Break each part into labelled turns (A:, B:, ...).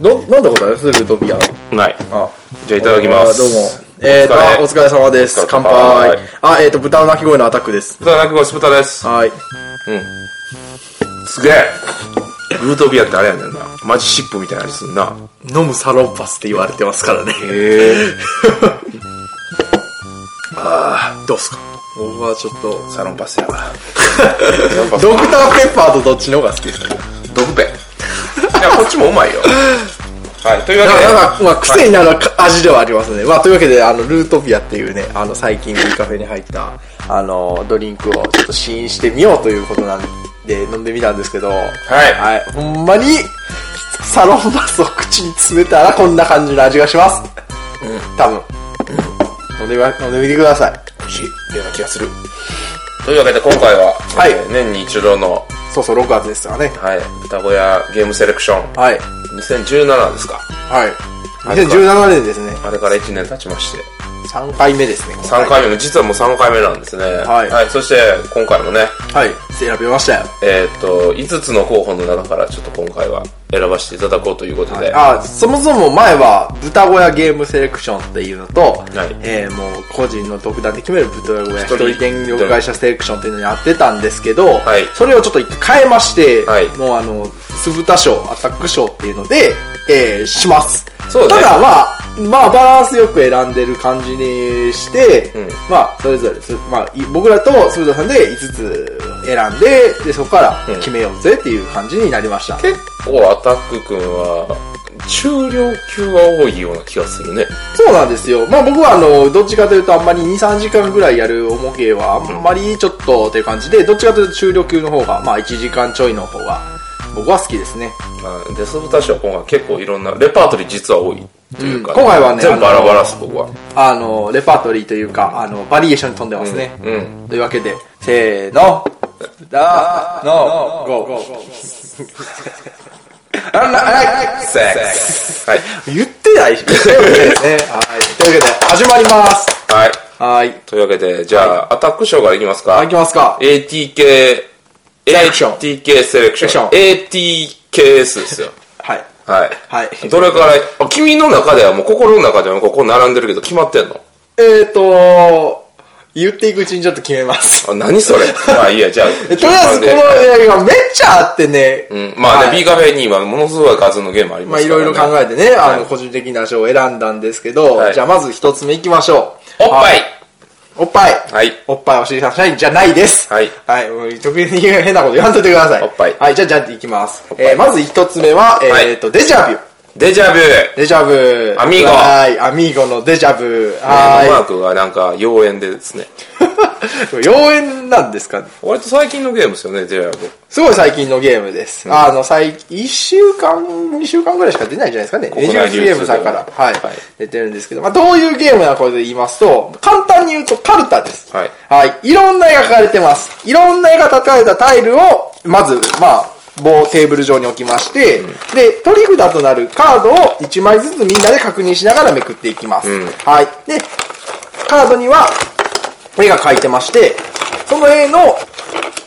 A: ど、飲んだことあるスルトピア。
B: ない。
A: あ、
B: じゃあいただきます。
A: どうも。えっと、あお疲れ様です。
B: 乾
A: 乾
B: 杯
A: 杯。あ、えっと、豚の鳴き声のアタックです。
B: 豚落語スプタです。
A: はい。
B: すげえ。グートピアってあれやねんな。マジシップみたいな味すんな。
A: 飲むサロンパスって言われてますからね。
B: へえ。
A: どうっすか僕はちょっと、
B: サロンパスやわ。サロンパス。
A: ドクターペッパーとどっちの方が好きですか
B: ドクペ。いや、こっちもうまいよ。はい。というわけで。
A: なんか、まあ、癖になる味ではありますね。まあ、というわけで、あの、ルートピアっていうね、あの、最近、カフェに入った、あの、ドリンクをちょっと試飲してみようということなんで、飲んでみたんですけど、はいはい。ほんまに、サロンバスを口に詰めたら、こんな感じの味がします。うん、多分。飲んでみま、飲んでみてください。
B: 美味しいような気がする。というわけで今回は、
A: はい
B: えー年に一度の、
A: そうそう、6月ですからね。
B: はい、豚小屋ゲームセレクション
A: はい。
B: 2017ですか。
A: はい。2017年ですね。
B: あれから1年経ちまして、
A: 3回目ですね。今
B: 3回目の、実はもう3回目なんですね。
A: はい
B: そして今回もね、
A: 回。はい。選びましたよ。
B: えーっと、5つの候補の中からちょっと今回は選ばせていただこうということで、
A: あそもそも前は豚小屋ゲームセレクションっていうのと、
B: い
A: えーもう個人の独断で決める豚小屋
B: 一
A: 一
B: 人
A: 人電力会社セレクションっていうのにやってたんですけど、
B: はい
A: それをちょっと一回変えまして、
B: はい
A: もうあの酢豚賞アタック賞っていうので、えーします
B: そうね
A: ただまあまあバランスよく選んでる感じにして、
B: ん
A: まあそれぞれ、すまあ、い僕らと酢豚さんで5つ選んででそこから決めようぜっていう感じになりました、
B: 結構アタック君は、中量級が多いような気がするね。
A: そうなんですよ。まあ僕はあの、どっちかというとあんまり2、3時間ぐらいやる重けはあんまりちょっとという感じで、どっちかというと中量級の方が、まあ1時間ちょいの方が僕は好きですね。
B: まあ、デスブタ賞は今回結構いろんな、レパートリー実は多いというか、
A: うん今回はね
B: 全部バラバラです、僕は。
A: あの、レパートリーというか、あの、バリエーションに富んでますね。
B: うん。
A: というわけで、せーの、だ、の、ゴ ー。あら、はい、
B: セックス。はい。
A: 言って ないし。言ってないねはい。というわけで、始まります。
B: はい。
A: はい。
B: というわけで、じゃあ、アタック賞からいきますか。
A: あ、いきますか。
B: ATK、
A: レクション
B: ATK セレクション。ATKS ですよ。
A: はい。
B: はい。
A: はい
B: どれから、あ君の中ではもう心の中ではもうここ並んでるけど決まってんの
A: えーと、言っていくうちにちょっと決めます。
B: あ、何それ まあいいや、じゃあ。
A: えとりあえずこの映画めっちゃあってね、
B: うん、まあね、
A: はい
B: B カフェにはものすごい数のゲームあり
A: ま
B: ま
A: あい
B: すから、
A: ろい
B: ね。
A: ろ考えてね、あ
B: は
A: の、
B: い
A: 個人的な賞を選んだんですけど、
B: はい
A: じゃあまず一つ目いきましょう。
B: おっぱ
A: は
B: い
A: いおっぱい
B: はい
A: おっぱいお尻さしゃいじゃないです。
B: はい
A: はい、もう特に変なこと言わんといてください。
B: おっぱい
A: はい、じゃあじゃあいきます。
B: っぱい
A: えー、まず一つ目は、
B: はい
A: えっと、デジャブ。
B: デジャブ
A: デジャブ。
B: アミーゴ
A: はい、アミーゴのデジャブ。
B: あ のマー
A: は
B: クがなんか妖艶でですね。
A: ーい。妖艶なんですかね
B: 割と最近のゲームですよね、デジャブ。
A: すごい最近のゲームです。あの、最、1週間、2週間ぐらいしか出ないんじゃないですかね。
B: 国
A: エジ
B: 内
A: ア
B: 流通
A: ス
B: で
A: ゲームさんから、はい、
B: はい
A: 出てるんですけど、まあ、どういうゲームなのかで言いますと、簡単に言うとカルタです。
B: はい
A: い。いろんな絵が描かれてます。いろんな絵が描かれたタイルを、まず、まあ、棒テーブル上に置きまして、で、取り札となるカードを1枚ずつみんなで確認しながらめくっていきます。
B: ん
A: はい。で、カードには、絵が描いてまして、その絵の、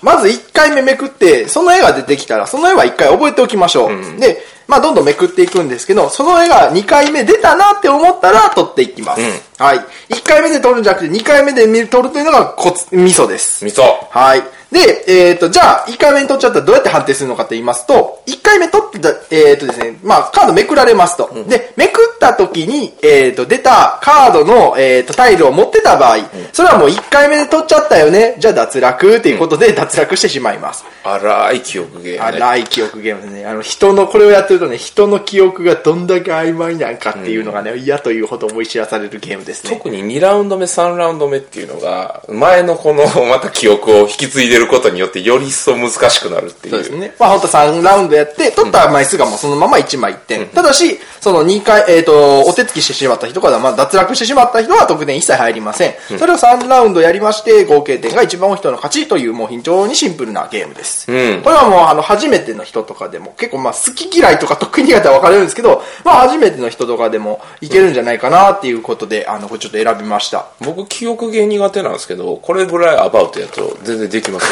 A: まず1回目めくって、その絵が出てきたら、その絵は1回覚えておきましょう。で、まあ、どんどんめくっていくんですけど、その絵が2回目出たなって思ったら、取っていきます。はい。1回目で取るんじゃなくて、2回目で見る取るというのがコツ、ミソです。
B: 味噌。
A: はい。で、えっ、と、じゃあ、1回目に取っちゃったらどうやって判定するのかと言いますと、1回目取ってた、えっ、とですね、まあ、カードめくられますと。で、めくった時に、えっ、と、出たカードの、えっ、と、タイルを持ってた場合、それはもう1回目で取っちゃったよね。じゃあ、脱落っていうことで脱落してしまいます。
B: 荒い記憶ゲーム、ね。
A: 荒い記憶ゲームですね。あの、人の、これをやってるとね、人の記憶がどんだけ曖昧なんかっていうのがね、嫌というほど思い知らされるゲームですね。
B: 特に2ラウンド目、3ラウンド目っていうのが、前のこのまた記憶を引き継いでることによって、より一層難しくなるっていう。
A: そうですね。まあ本当3ラウンドやって、取った枚数がもうそのまま1枚1点。ただし、その2回、えっ、と、お手つきしてしまった人から、まあ脱落してしまった人は得点一切入りません。それを3ラウンドやりまして、合計点が一番多い人の勝ちという、もう非常にシンプルなゲームです。
B: うん
A: これはもうあの、初めての人とかでも、結構まあ好き嫌いとか得意苦手は分かれるんですけど、まあ初めての人とかでもいけるんじゃないかなっていうことで、あの、これちょっと選びました。
B: 僕、記 憶ゲー苦手なんですけど、これぐらいアバウトやと全然できますね。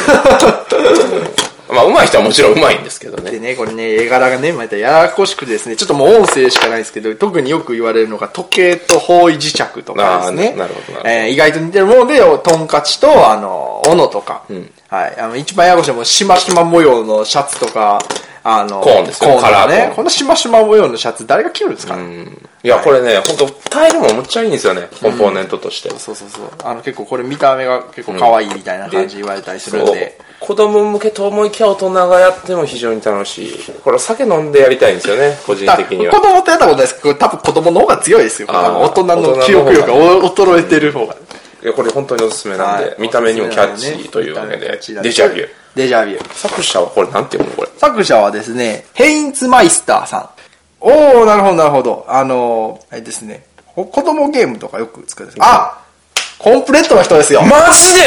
B: まあ、上手い人はもちろん上手いんですけど
A: で
B: ね。
A: ね、これね、絵柄がね、またややこしくてですね、ちょっともう音声しかないですけど、特によく言われるのが時計と方位磁石とかです
B: あ
A: ね。
B: ーななるほどなるほど
A: えー意外と似てるもので、おトンカチと、あの、斧とか。はい。あの、一番ややこしいのはもうしましま模様のシャツとか、あの、
B: コーンですね
A: コーンとか
B: カラーコ
A: ね
B: ー。ン
A: このしましま模様のシャツ、誰が着るんですかね、
B: いや、これね、ほんと、タイルもむっちゃいいんですよね、コンポーネントとして。
A: そうそうそう。あの、結構これ見た目が結構可愛いみたいな感じ言われたりするん
B: そう
A: で。
B: 子供向けと思いきや大人がやっても非常に楽しい。これ酒飲んでやりたいんですよね、個人
A: だ
B: 的
A: 子
B: には。
A: 供とやったことないですけど、多分子供の方が強いですよ。
B: あー
A: 大人の記憶力が衰えてる方が。
B: いや、これ本当におすすめなん
A: は
B: で
A: い、
B: 見た目にもキャッチーというわけ
A: 見た目キャ
B: で
A: ッチーだ、ね
B: デジャビュー。
A: デジャビュー。
B: 作者はこれなんて読むの これ。
A: 作者はですね、ヘインツマイスターさん。おー、なるほど、なるほど。あのー、あれですね、ほ子供ゲームとかよく作るんですあコンプレットの人ですよ。
B: マジで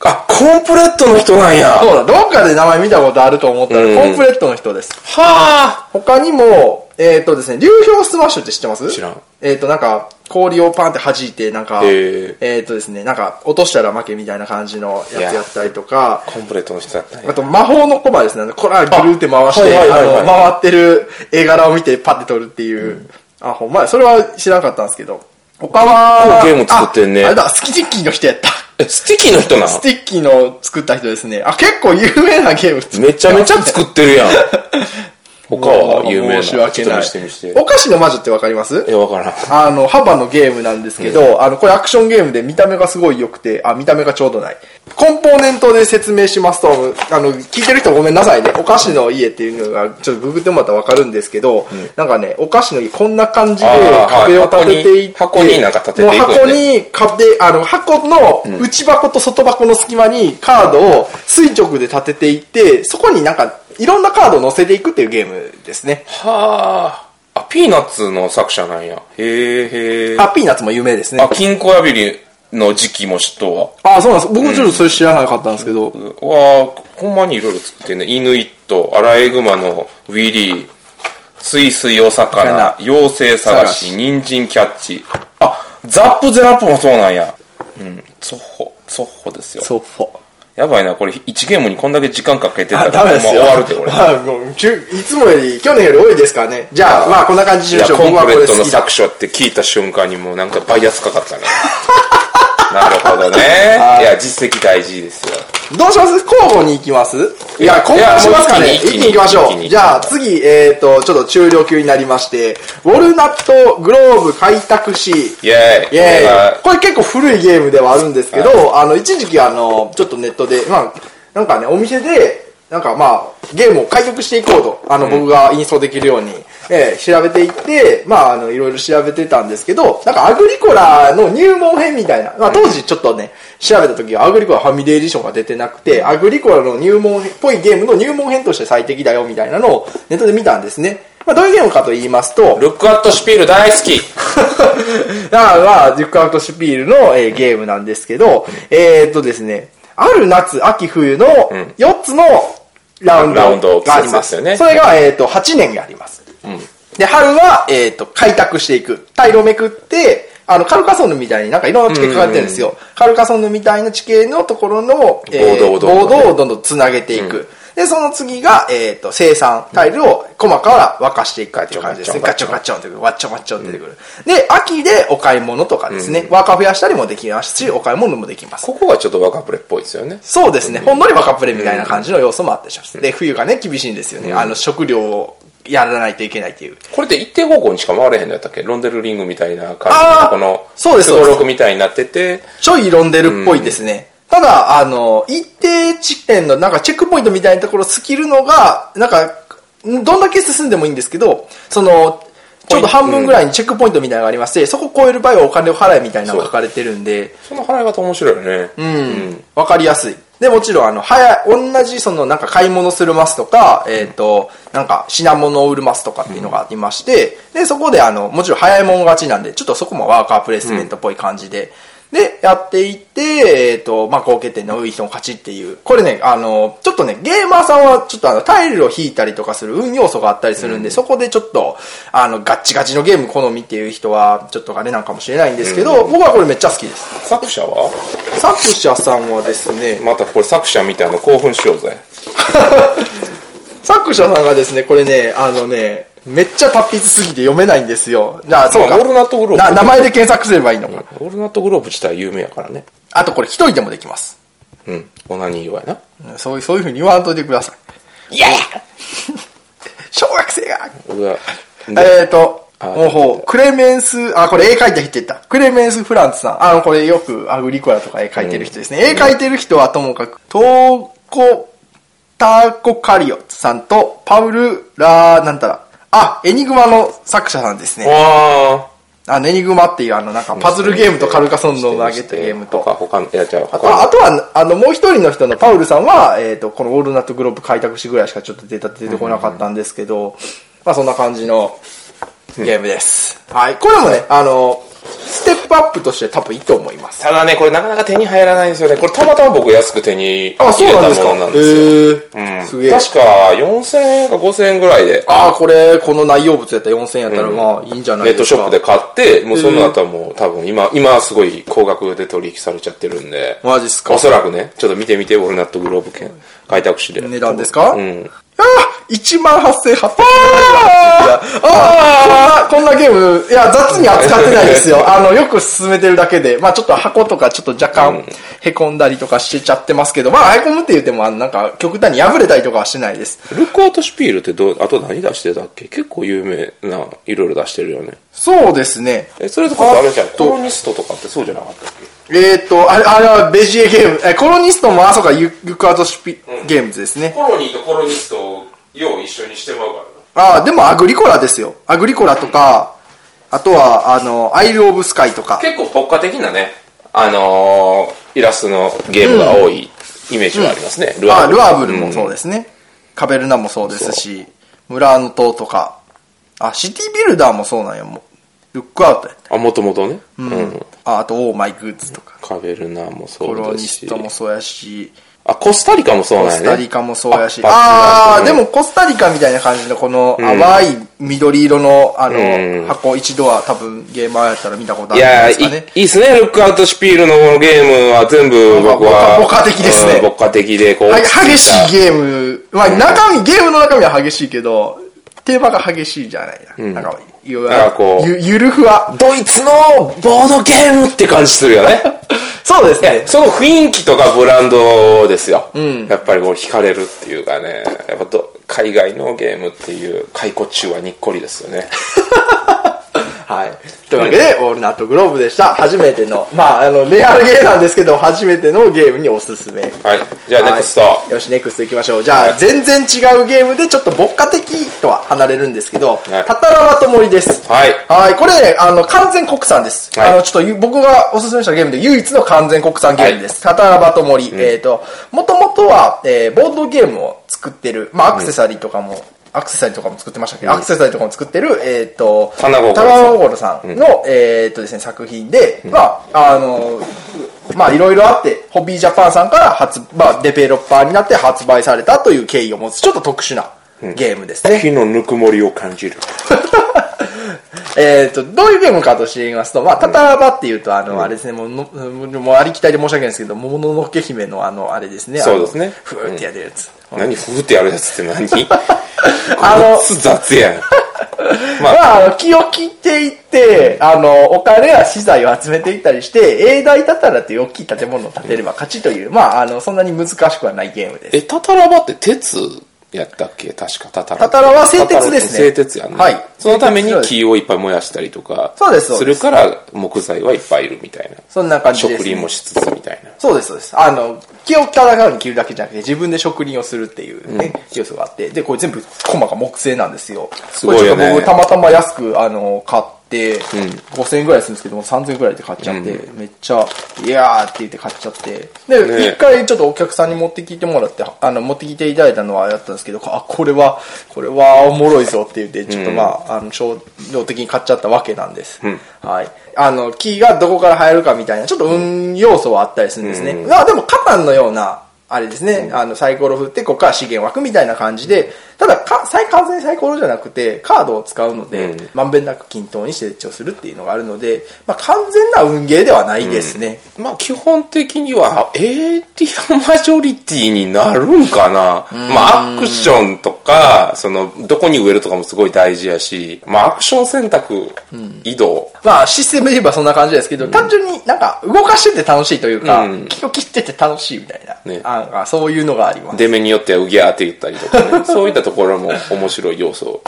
B: あ、コンプレットの人なんや。は
A: そうだ、どっかで名前見たことあると思ったら、
B: うん
A: コンプレットの人です。
B: あ。
A: 他にも、えっ、ー、とですね、流氷スマッシュって知ってます
B: 知らん。
A: えっ、ー、と、なんか、氷をパンって弾いて、なんか、
B: へー
A: えっ、ー、とですね、なんか、落としたら負けみたいな感じのやつやったりとか、
B: コンプレットの人だったんや
A: あと、魔法のコマですね。あのこれはぐるーって回して、
B: あはいはいはいはい
A: あの、回ってる絵柄を見てパッて撮るっていう。あ、ほんまや。それは知らなかったんですけど。他は、
B: こういうゲーム作ってんね
A: ああれだ、スキティッキーの人やった。
B: え、スティキーの人な
A: スティッキーの作った人ですね。あ、結構有名なゲーム作っ
B: めちゃめちゃ作ってるや ん。他は有名な。
A: 申し訳ない。
B: ちょっと見して見して。
A: お菓子の魔女ってわかります
B: え、わからん。
A: あの、幅のゲームなんですけど、あの、これアクションゲームで見た目がすごい良くて、あ、見た目がちょうどない。コンポーネントで説明しますと、あの、聞いてる人ごめんなさいね。お菓子の家っていうのが、ちょっとググってもらったらわかるんですけど、なんかね、お菓子の家こんな感じで
B: あー
A: 壁を立てていって、
B: 箱に箱になんか立てていくんで
A: もう箱に、壁、あの、箱の内箱と外箱の隙間にカードを垂直で立てていって、そこになんか、いろんなカードを乗せていくっていうゲームですね。
B: はあ。あ、ピーナッツの作者なんや。へえへえ。
A: あ、ピーナッツも有名ですね
B: あ、。金庫破りの時期も知っとうわ。
A: あ、そうなんです。僕もちょっとそれ知らなかったんですけど。
B: うわあ、ほんまにいろいろ作ってんね。イヌイット、アラエグマのウィリー、スイスイお魚、妖精探
A: 探
B: し、人参キャッチ。あ、ザップゼラップもそうなんや。うん、ソッホ、ソッホですよ。
A: そう。
B: やばいな、これ1ゲームにこんだけ時間かけてた
A: あ、
B: ら、
A: ダメですよ。
B: もう終わるで、俺。
A: あもうきゅいつもより、去年より多いですからね。じゃあ、まあ、こんな感じ
B: い
A: で
B: や、
A: しょう。
B: コン
A: 僕は
B: プ
A: これ
B: レット
A: 好
B: の
A: きだ。
B: 作者って聞いた瞬間にもうなんかバイアスかかった ね。なるほどね。いや、実績大事ですよ。
A: どうします交互に行きますいや、今回
B: いや
A: しますかね。
B: もう
A: 一気
B: 一気
A: に行
B: に
A: きまし
B: 一気
A: ょう。
B: に
A: じゃあ、次、えっと、ちょっと中量級になりまして、ウォルナットグローブ開拓士。
B: イェーイ。
A: イェーイ
B: これが
A: これ結構古いゲームではあるんですけど、あの、一時期あの、ちょっとネットで、まあ、なんかね、お店で、なんかまあ、ゲームを解読していこうと、あの、僕がインストできるように、えー調べていって、まあ、あの、いろいろ調べてたんですけど、なんかアグリコラの入門編みたいな、まあ、当時ちょっとね、調べた時はアグリコラファミリーエディションが出てなくて、アグリコラの入門編っぽいゲームの入門編として最適だよみたいなのをネットで見たんですね。まあ、どういうゲームかと言いますと、
B: ルックアットシュピール大好き。
A: だから、まあ、デュックアウトシュピールの、えーゲームなんですけど、えーっとですね、ある夏、秋、冬の4つのラウン
B: ラウン
A: ド
B: ド
A: がありま。
B: 季節ですすよね
A: それが、えーっと、8年があります。で、春は、えーっと、開拓していく。タイルをめくって、あの、カルカソンヌみたいになんかいろんな地形かかってるんですよ。カルカソンヌみたいな地形のところの、えー
B: ボードをどんどん
A: ボ
B: ね
A: ードをどんどんつなげていく。で、その次が、えっ、と、生産、タイルを細から沸かしていくっていう感じですね。ガ
B: ガ
A: チ
B: チ
A: ョガチョンってくる。わっちょわっちょって出てくる。で、秋でお買い物とかですね、ワーカー増やしたりもできますし、お買い物もできます。
B: ここがちょっと若プレっぽいですよね。
A: そうですね、ほんのりワカプレみたいな感じの要素もあったりします。で、冬がね、厳しいんですよね。あの、食料をやらないといけないっていう。
B: これって一定方向にしか回れへんのやったっけロンデルリングみたいな感
A: あ
B: じ
A: ー
B: の、この、
A: そうですそう
B: 登
A: です
B: 録みたいになってて、
A: ちょいロンデルっぽいですね。ただ、あの、一定地点の、なんかチェックポイントみたいなところをスキルのが、なんか、んどんだけ進んでもいいんですけど、その、ちょうど半分ぐらいにチェックポイントみたいなのがありまして、そこを超える場合はお金を払えみたいなのが書かれてるんで、
B: その払い方面白いよね。
A: うん、わかりやすい。で、もちろん、あの、早い、同じ、その、なんか、買い物するマスとか、えっ、と、なんか、品物を売るマスとかっていうのがありまして、で、そこで、あの、もちろん、早いもん勝ちなんで、ちょっとそこもワーカープレイスメントっぽい感じで、で、やっていって、えっ、と、まあ、合計点の多い人の勝ちっていう。これね、あの、ちょっとね、ゲーマーさんは、ちょっとあの、タイルを引いたりとかする運要素があったりするんで、そこでちょっと、あの、ガッチガチのゲーム好みっていう人は、ちょっとあれなんかもしれないんですけど、僕はこれめっちゃ好きです。
B: 作者は
A: 作者さんはですね、
B: またこれ作者みたいな興奮しようぜ。
A: 作者さんがですね、これね、あのね、めっちゃ達筆すぎて読めないんですよ。じゃあ、そうか
B: まあオルナトグローブ
A: な名前で検索すればいいのか。
B: オールナットグローブ自体有名やからね。
A: あとこれ一人でもできます。
B: うん。オナニーはやな。
A: うんそういう、そういうふうに言わんといてください。いや 小学生が
B: 俺は、
A: えーと、
B: あ
A: もうほう、クレメンス、あ、これ絵描いた人って言った。クレメンス・フランツさん。あの、これよくアグリコラとか絵描いてる人ですね。絵描いてる人はともかく、トーコ、ターコカリオさんと、パウル・ラー、なんたら、あ、エニグマの作者さんですね。
B: わ
A: あの、エニグマっていうあの、なんか
B: ー
A: パズルゲームとカルカソンヌを投げたゲームと。
B: 他、他の、いや、じゃあ
A: あ
B: 他
A: とは、あとは、あの、もう一人の人のパウルさんは、えっ、と、このオールナットグローブ開拓史ぐらいしかちょっとデータ出てこなかったんですけど、まあそんな感じのゲームです。はい。これもね、あの、ステップアップとして多分いいと思います。
B: ただね、これなかなか手に入らないんですよね。これたまたま僕安く手に入れた
A: あ、そうなんですか
B: ものなんですよ。
A: へーす
B: う
A: げ
B: ん、
A: え。
B: 確か4000円か5000円ぐらいで、
A: ああ、これ、この内容物やったら4000円やったら、まあいいんじゃな
B: ネ
A: い
B: ット
A: です
B: シ
A: か。
B: ョップで買って、もうその後はもう多分今、今はすごい高額で取引されちゃってるんで。
A: マジっすか
B: おそらくね、ちょっと見てみて、オルナットグローブ券、開拓誌で。
A: 値段ですか
B: うん。
A: ああ !1 万8800円。ああこんなこんなゲーム、いや、雑に扱ってないですよ。あの、よく進めてるだけで、まあちょっと箱とかちょっと若干凹んだりとかしてちゃってますけど、まあアイコムって言っても、あの、なんか極端に破れたりとかはしてないです。
B: ルクアートシュピールってどう、あと何出してたっけ結構有名な、いろいろ出してるよね。
A: そうですね。
B: え、それとかあれじゃん、
A: あ
B: コ
A: と
B: ロニストとかってそうじゃなかったっ
A: えーっと、あれ、あれはベジエゲーム。え、コロニストも、あ、そうか、ユユクアトシピ、ゲームズです
B: け
A: ね。
B: コロニーとコロニストを、よう一緒にしてもらうから
A: ああ、でもアグリコラですよ。アグリコラとか、あとは、あの、アイル・オブ・スカイとか。
B: 結構特化的なね、あのーイラストのゲームが多いイメージがありますね。
A: あ、ルアーブルも
B: ん
A: そうですね。カベルナもそうですし、ムラーノ島とか。あ、シティビルダーもそうなんや、もう。ルックアウトやった
B: あ、もともとね。うん。
A: あ、あと、オーマイグッズとか。
B: カベルナも
A: コ
B: そう
A: ロ
B: だ
A: ニ
B: し
A: ス。トもそうやし、
B: あ、コスタリカもそう
A: コ
B: なんや
A: ス
B: ね。
A: タリカもそうやし。
B: あ
A: あ
B: あ
A: ー、でもコスタリカみたいな感じの、この淡い緑色の、あの、
B: ん
A: 箱一度は多分ゲーマーやったら見たことあ
B: い
A: るんじゃないで
B: や
A: すか
B: ーい
A: ね。
B: いいっすね、ルックアウトシュピールのこのゲームは全部僕は。
A: ぼかぼか的ですね
B: うんぼか的で、こう。
A: は激しいゲーム、まあ中身、ゲームの中身は激しいけど、テーマが激しいじゃないな。なんか、いわゆる
B: なんかこう
A: ゆゆるふわ。
B: ドイツのボードゲームって感じするよね。
A: そうです
B: いや
A: ね。
B: その雰囲気とかブランドですよ。やっぱりこう惹かれるっていうかね、やっぱど海外のゲームっていう解雇中はにっこりですよね。
A: はい。というわけで、オールナットグローブでした。初めての、まあ、あの、レアルゲーなんですけど、初めてのゲームにおすすめ。
B: はい。じゃあ、ネクスト。
A: はいよし、ネクスト行きましょう。じゃあ、全然違うゲームで、ちょっと牧歌的とは離れるんですけど、
B: い
A: タタラバと森です。
B: はい
A: はい、これね、あの、完全国産です。
B: はい
A: あの、ちょっとゆ僕がおすすめしたゲームで唯一の完全国産ゲームです。タタラバと森。えっと、もともとは、えーボードゲームを作ってる、まあ、アクセサリーとかも、アクセサリーとかも作ってましたけど、アクセサリーとかも作ってる、えっ、と、
B: 田中五郎さん
A: 田中五郎さんの、えっ、とですね、作品で、まあ、あの、まあ、いろいろあって、ホビージャパンさんから発、まあ、デベロッパーになって発売されたという経緯を持つ、ちょっと特殊なゲームですね。
B: 火のぬくもりを感じる。
A: えっ、と、どういうゲームかと知りますと、まあ、タタラバっていうと、あの、あれですね、もうの、もうありきたりで申し訳ないんですけど、もののけ姫のあの、あれですね。あの
B: そうですね
A: ふーってやるやつ。
B: 何ふふってやるやつって 何
A: あの
B: こいつ雑やん。
A: まあ、あの、気を切っていって、あの、お金や資材を集めていったりして、永大タタラっていう大きい建物を建てれば勝ちという、まあ、あの、そんなに難しくはないゲームです。
B: え、タタラバって鉄やったっけ確かタタラ
A: タ
B: バ。
A: タラは製鉄ですね
B: 製鉄やんね。
A: はい
B: そのために木をいっぱい燃やしたりとか、
A: そうですそうです
B: るから木材はいっぱいいるみたいな。
A: そんな感じです、
B: 植林もしつつみたいな。
A: そうです、そうです。あの、木をただ単に切るだけじゃなくて、自分で植林をするっていうね、要素があって、で、これ全部、コマが木製なんですよ。
B: すごいよね
A: これちょっと僕、たまたま安く、あの、買っって、5000円ぐらいするんですけども、3000円ぐらいで買っちゃって、めっちゃ、いやーって言って買っちゃって。で、
B: ね
A: 一回ちょっとお客さんに持ってきてもらって、あの、持ってきていただいたのはやったんですけど、あ、これは、これはおもろいぞって言って、ちょっとまあ、あの、衝動的に買っちゃったわけなんです。はい。あの、キーがどこから入るかみたいな、ちょっと運要素はあったりするんですね。まあでも、カタンのような、あれですね、あの、サイコロ振って、ここから資源枠みたいな感じで、ただか、サイ完全にサイコロじゃなくて、カードを使うので、まんべんなく均等に成長するっていうのがあるので、まあ、完全な運ゲーではないですね。
B: まあ基本的にはエリアマジョリティになるんかな。まあアクションとか、そのどこに植えるとかもすごい大事やし、まあアクション選択、移動。
A: まあ、システムで言えばそんな感じですけど、単純になんか、動かしてて楽しいというか、気を切ってて楽しいみたいな、
B: ね
A: ああそういうのがあります。
B: 出目によってはうぎゃーって言ったりと かね。そういったところも面白い要素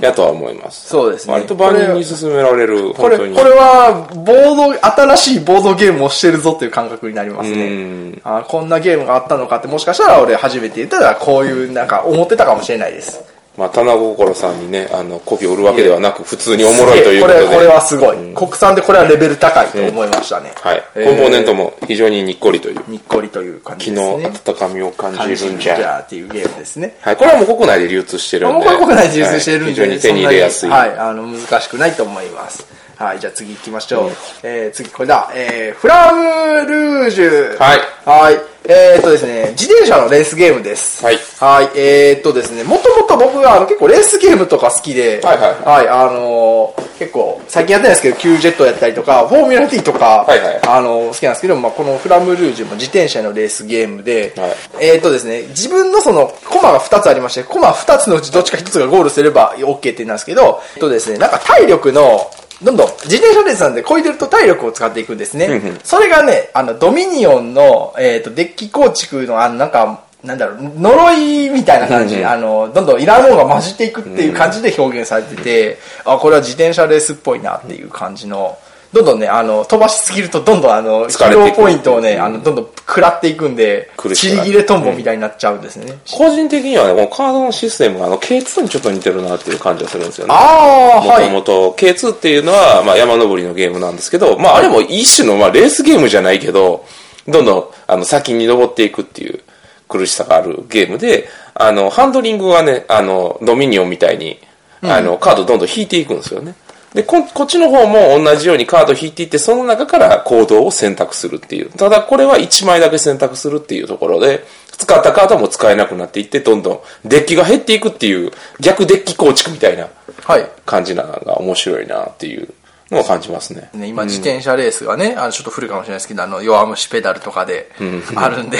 B: やとは思います。
A: そうですね
B: 割と万人に勧められる、
A: こ
B: 本
A: れ、
B: 当に
A: こ。れは、ボード、新しいボードゲームをしてるぞっていう感覚になります
B: う
A: ね。あこんなゲームがあったのかって、もしかしたら俺初めて言ったら、こういう、なんか、思ってたかもしれないです。
B: まあ、棚心さんにね、あの、媚びを売るわけではなく、普通におもろいという
A: こ
B: こと
A: れ、
B: で。
A: これはすごい。国産でこれはレベル高いと思いましたね。
B: はい。
A: え
B: コ
A: ー
B: ンポーネントも非常ににっこりという、
A: にっこりという感じ
B: 気
A: です
B: の
A: ね。
B: 温かみを感
A: 感
B: じ
A: じ
B: る
A: る
B: ん
A: ん
B: じ
A: じ
B: ゃ。
A: ゃっていうゲームですね。
B: はい。これはもう国内で流通してるん
A: もう
B: で。
A: これ国内で流通してるんで、
B: はい非常に手に入れやすい。
A: そんなにはい、あの、難しくないと思います。はい、じゃあ次行きましょう。えー、次、これだ。えー、フラムルージュ。
B: はい
A: はい。えー、っとですね、自転車のレースゲームです。
B: はい
A: はい、えー、っとですね、もともと僕はあの結構レースゲームとか好きで、
B: はいは
A: は
B: い
A: い、あのー結構、最近やってないですけど、Q ジェットやったりとか、フォーミュラ T とか、
B: はいはい
A: あのー好きなんですけど、まあ、このフラムルージュも自転車のレースゲームで、
B: はい
A: えっ、とですね、自分のその、コマが2つありまして、コマ2つのうちどっちか1つがゴールすれば OK ってなんですけど、えっとですね、なんか体力の、どんどん、自転車レースなんで、こいでると体力を使っていくんですね。それがね、あの、ドミニオンの、えっ、と、デッキ構築の、あの、なんか、なんだろう、呪いみたいな感じ、あの、どんどんいらんものが混じっていくっていう感じで表現されてて、あ、これは自転車レースっぽいなっていう感じの、どんどんね、あの、飛ばしすぎるとどんどんあの、疲
B: 疲れていく
A: 労ポイントをね、あの、どんどん食らっていくんで、
B: 苦し
A: ち
B: くな
A: り切
B: る
A: れトンボみたいになっちゃうんですね。
B: 個人的にはね、このカードのシステムが、あの、K2 にちょっと似てるなっていう感じがするんですよね。
A: ああ、
B: も
A: は
B: と
A: い。
B: もと K2 っていうのは、まあ、山登りのゲームなんですけど、まあ、あれも一種の、まあ、レースゲームじゃないけど、どんどんあの先に登っていくっていう苦しさがあるゲームで、あのハンドリングはね、あのドミニオンみたいにあのカードどんどん引いていくんですよね。でこ、こっちの方も同じようにカード引いていって、その中から行動を選択するっていう。ただ、これは1枚だけ選択するっていうところで、使ったカードも使えなくなっていって、どんどんデッキが減っていくっていう、逆デッキ構築みたいな
A: はい。
B: 感じなのが面白いなっていうのを感じますね。
A: ね、今、自転車レースがね、あの、ちょっと古いかもしれないですけど、あの、弱虫ペダルとかで、あるんで、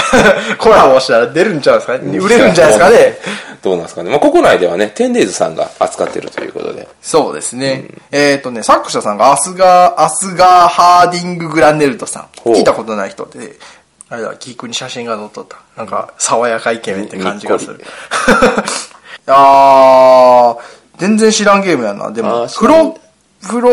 A: コラボしたら出るんちゃうんですかね売れるんじゃないですかね。
B: どうなんですかね。まあ、国内ではね、テンデイズさんが扱ってるということで。
A: そうですね。えっ、とね、作者さんがアスガー、アスガーハーディング・グランネルトさん。
B: ほう
A: 聞いたことない人で、あれだ、キークに写真が載っとった。なんか、爽やかイケメンって感じがす
B: に
A: る。 あー、全然知らんゲームやな。でも、
B: あー
A: フロ、フロ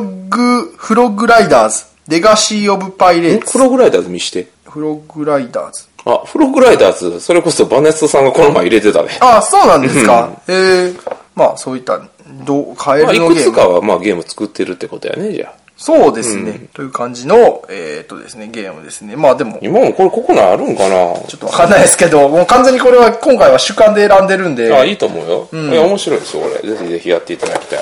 A: グ、フログライダーズ。レガシー・オブ・パイレー
B: フ
A: ツ。
B: ログライダーズ見して。
A: フログライダーズ。
B: あ、フログライダーズ、それこそバネストさんがこの前入れてたね。
A: あー、そうなんですか。えー、まあ、そういった、どう、カエ
B: まあ、い
A: ルの
B: く
A: ゲー
B: つ
A: ム
B: か。はまあゲーム作ってるってことやね、じゃあ。
A: そうですね。という感じの、えーっとですね、ゲームですね。まあでも、ちょ
B: 今もこれ国内あるんかな
A: っとわかんないですけど、もう完全にこれは今回は主観で選んでるんで、
B: あ、
A: はい。
B: いいと思うよ。いや、面白いですよ、これ。ぜひぜひやっていただきたい。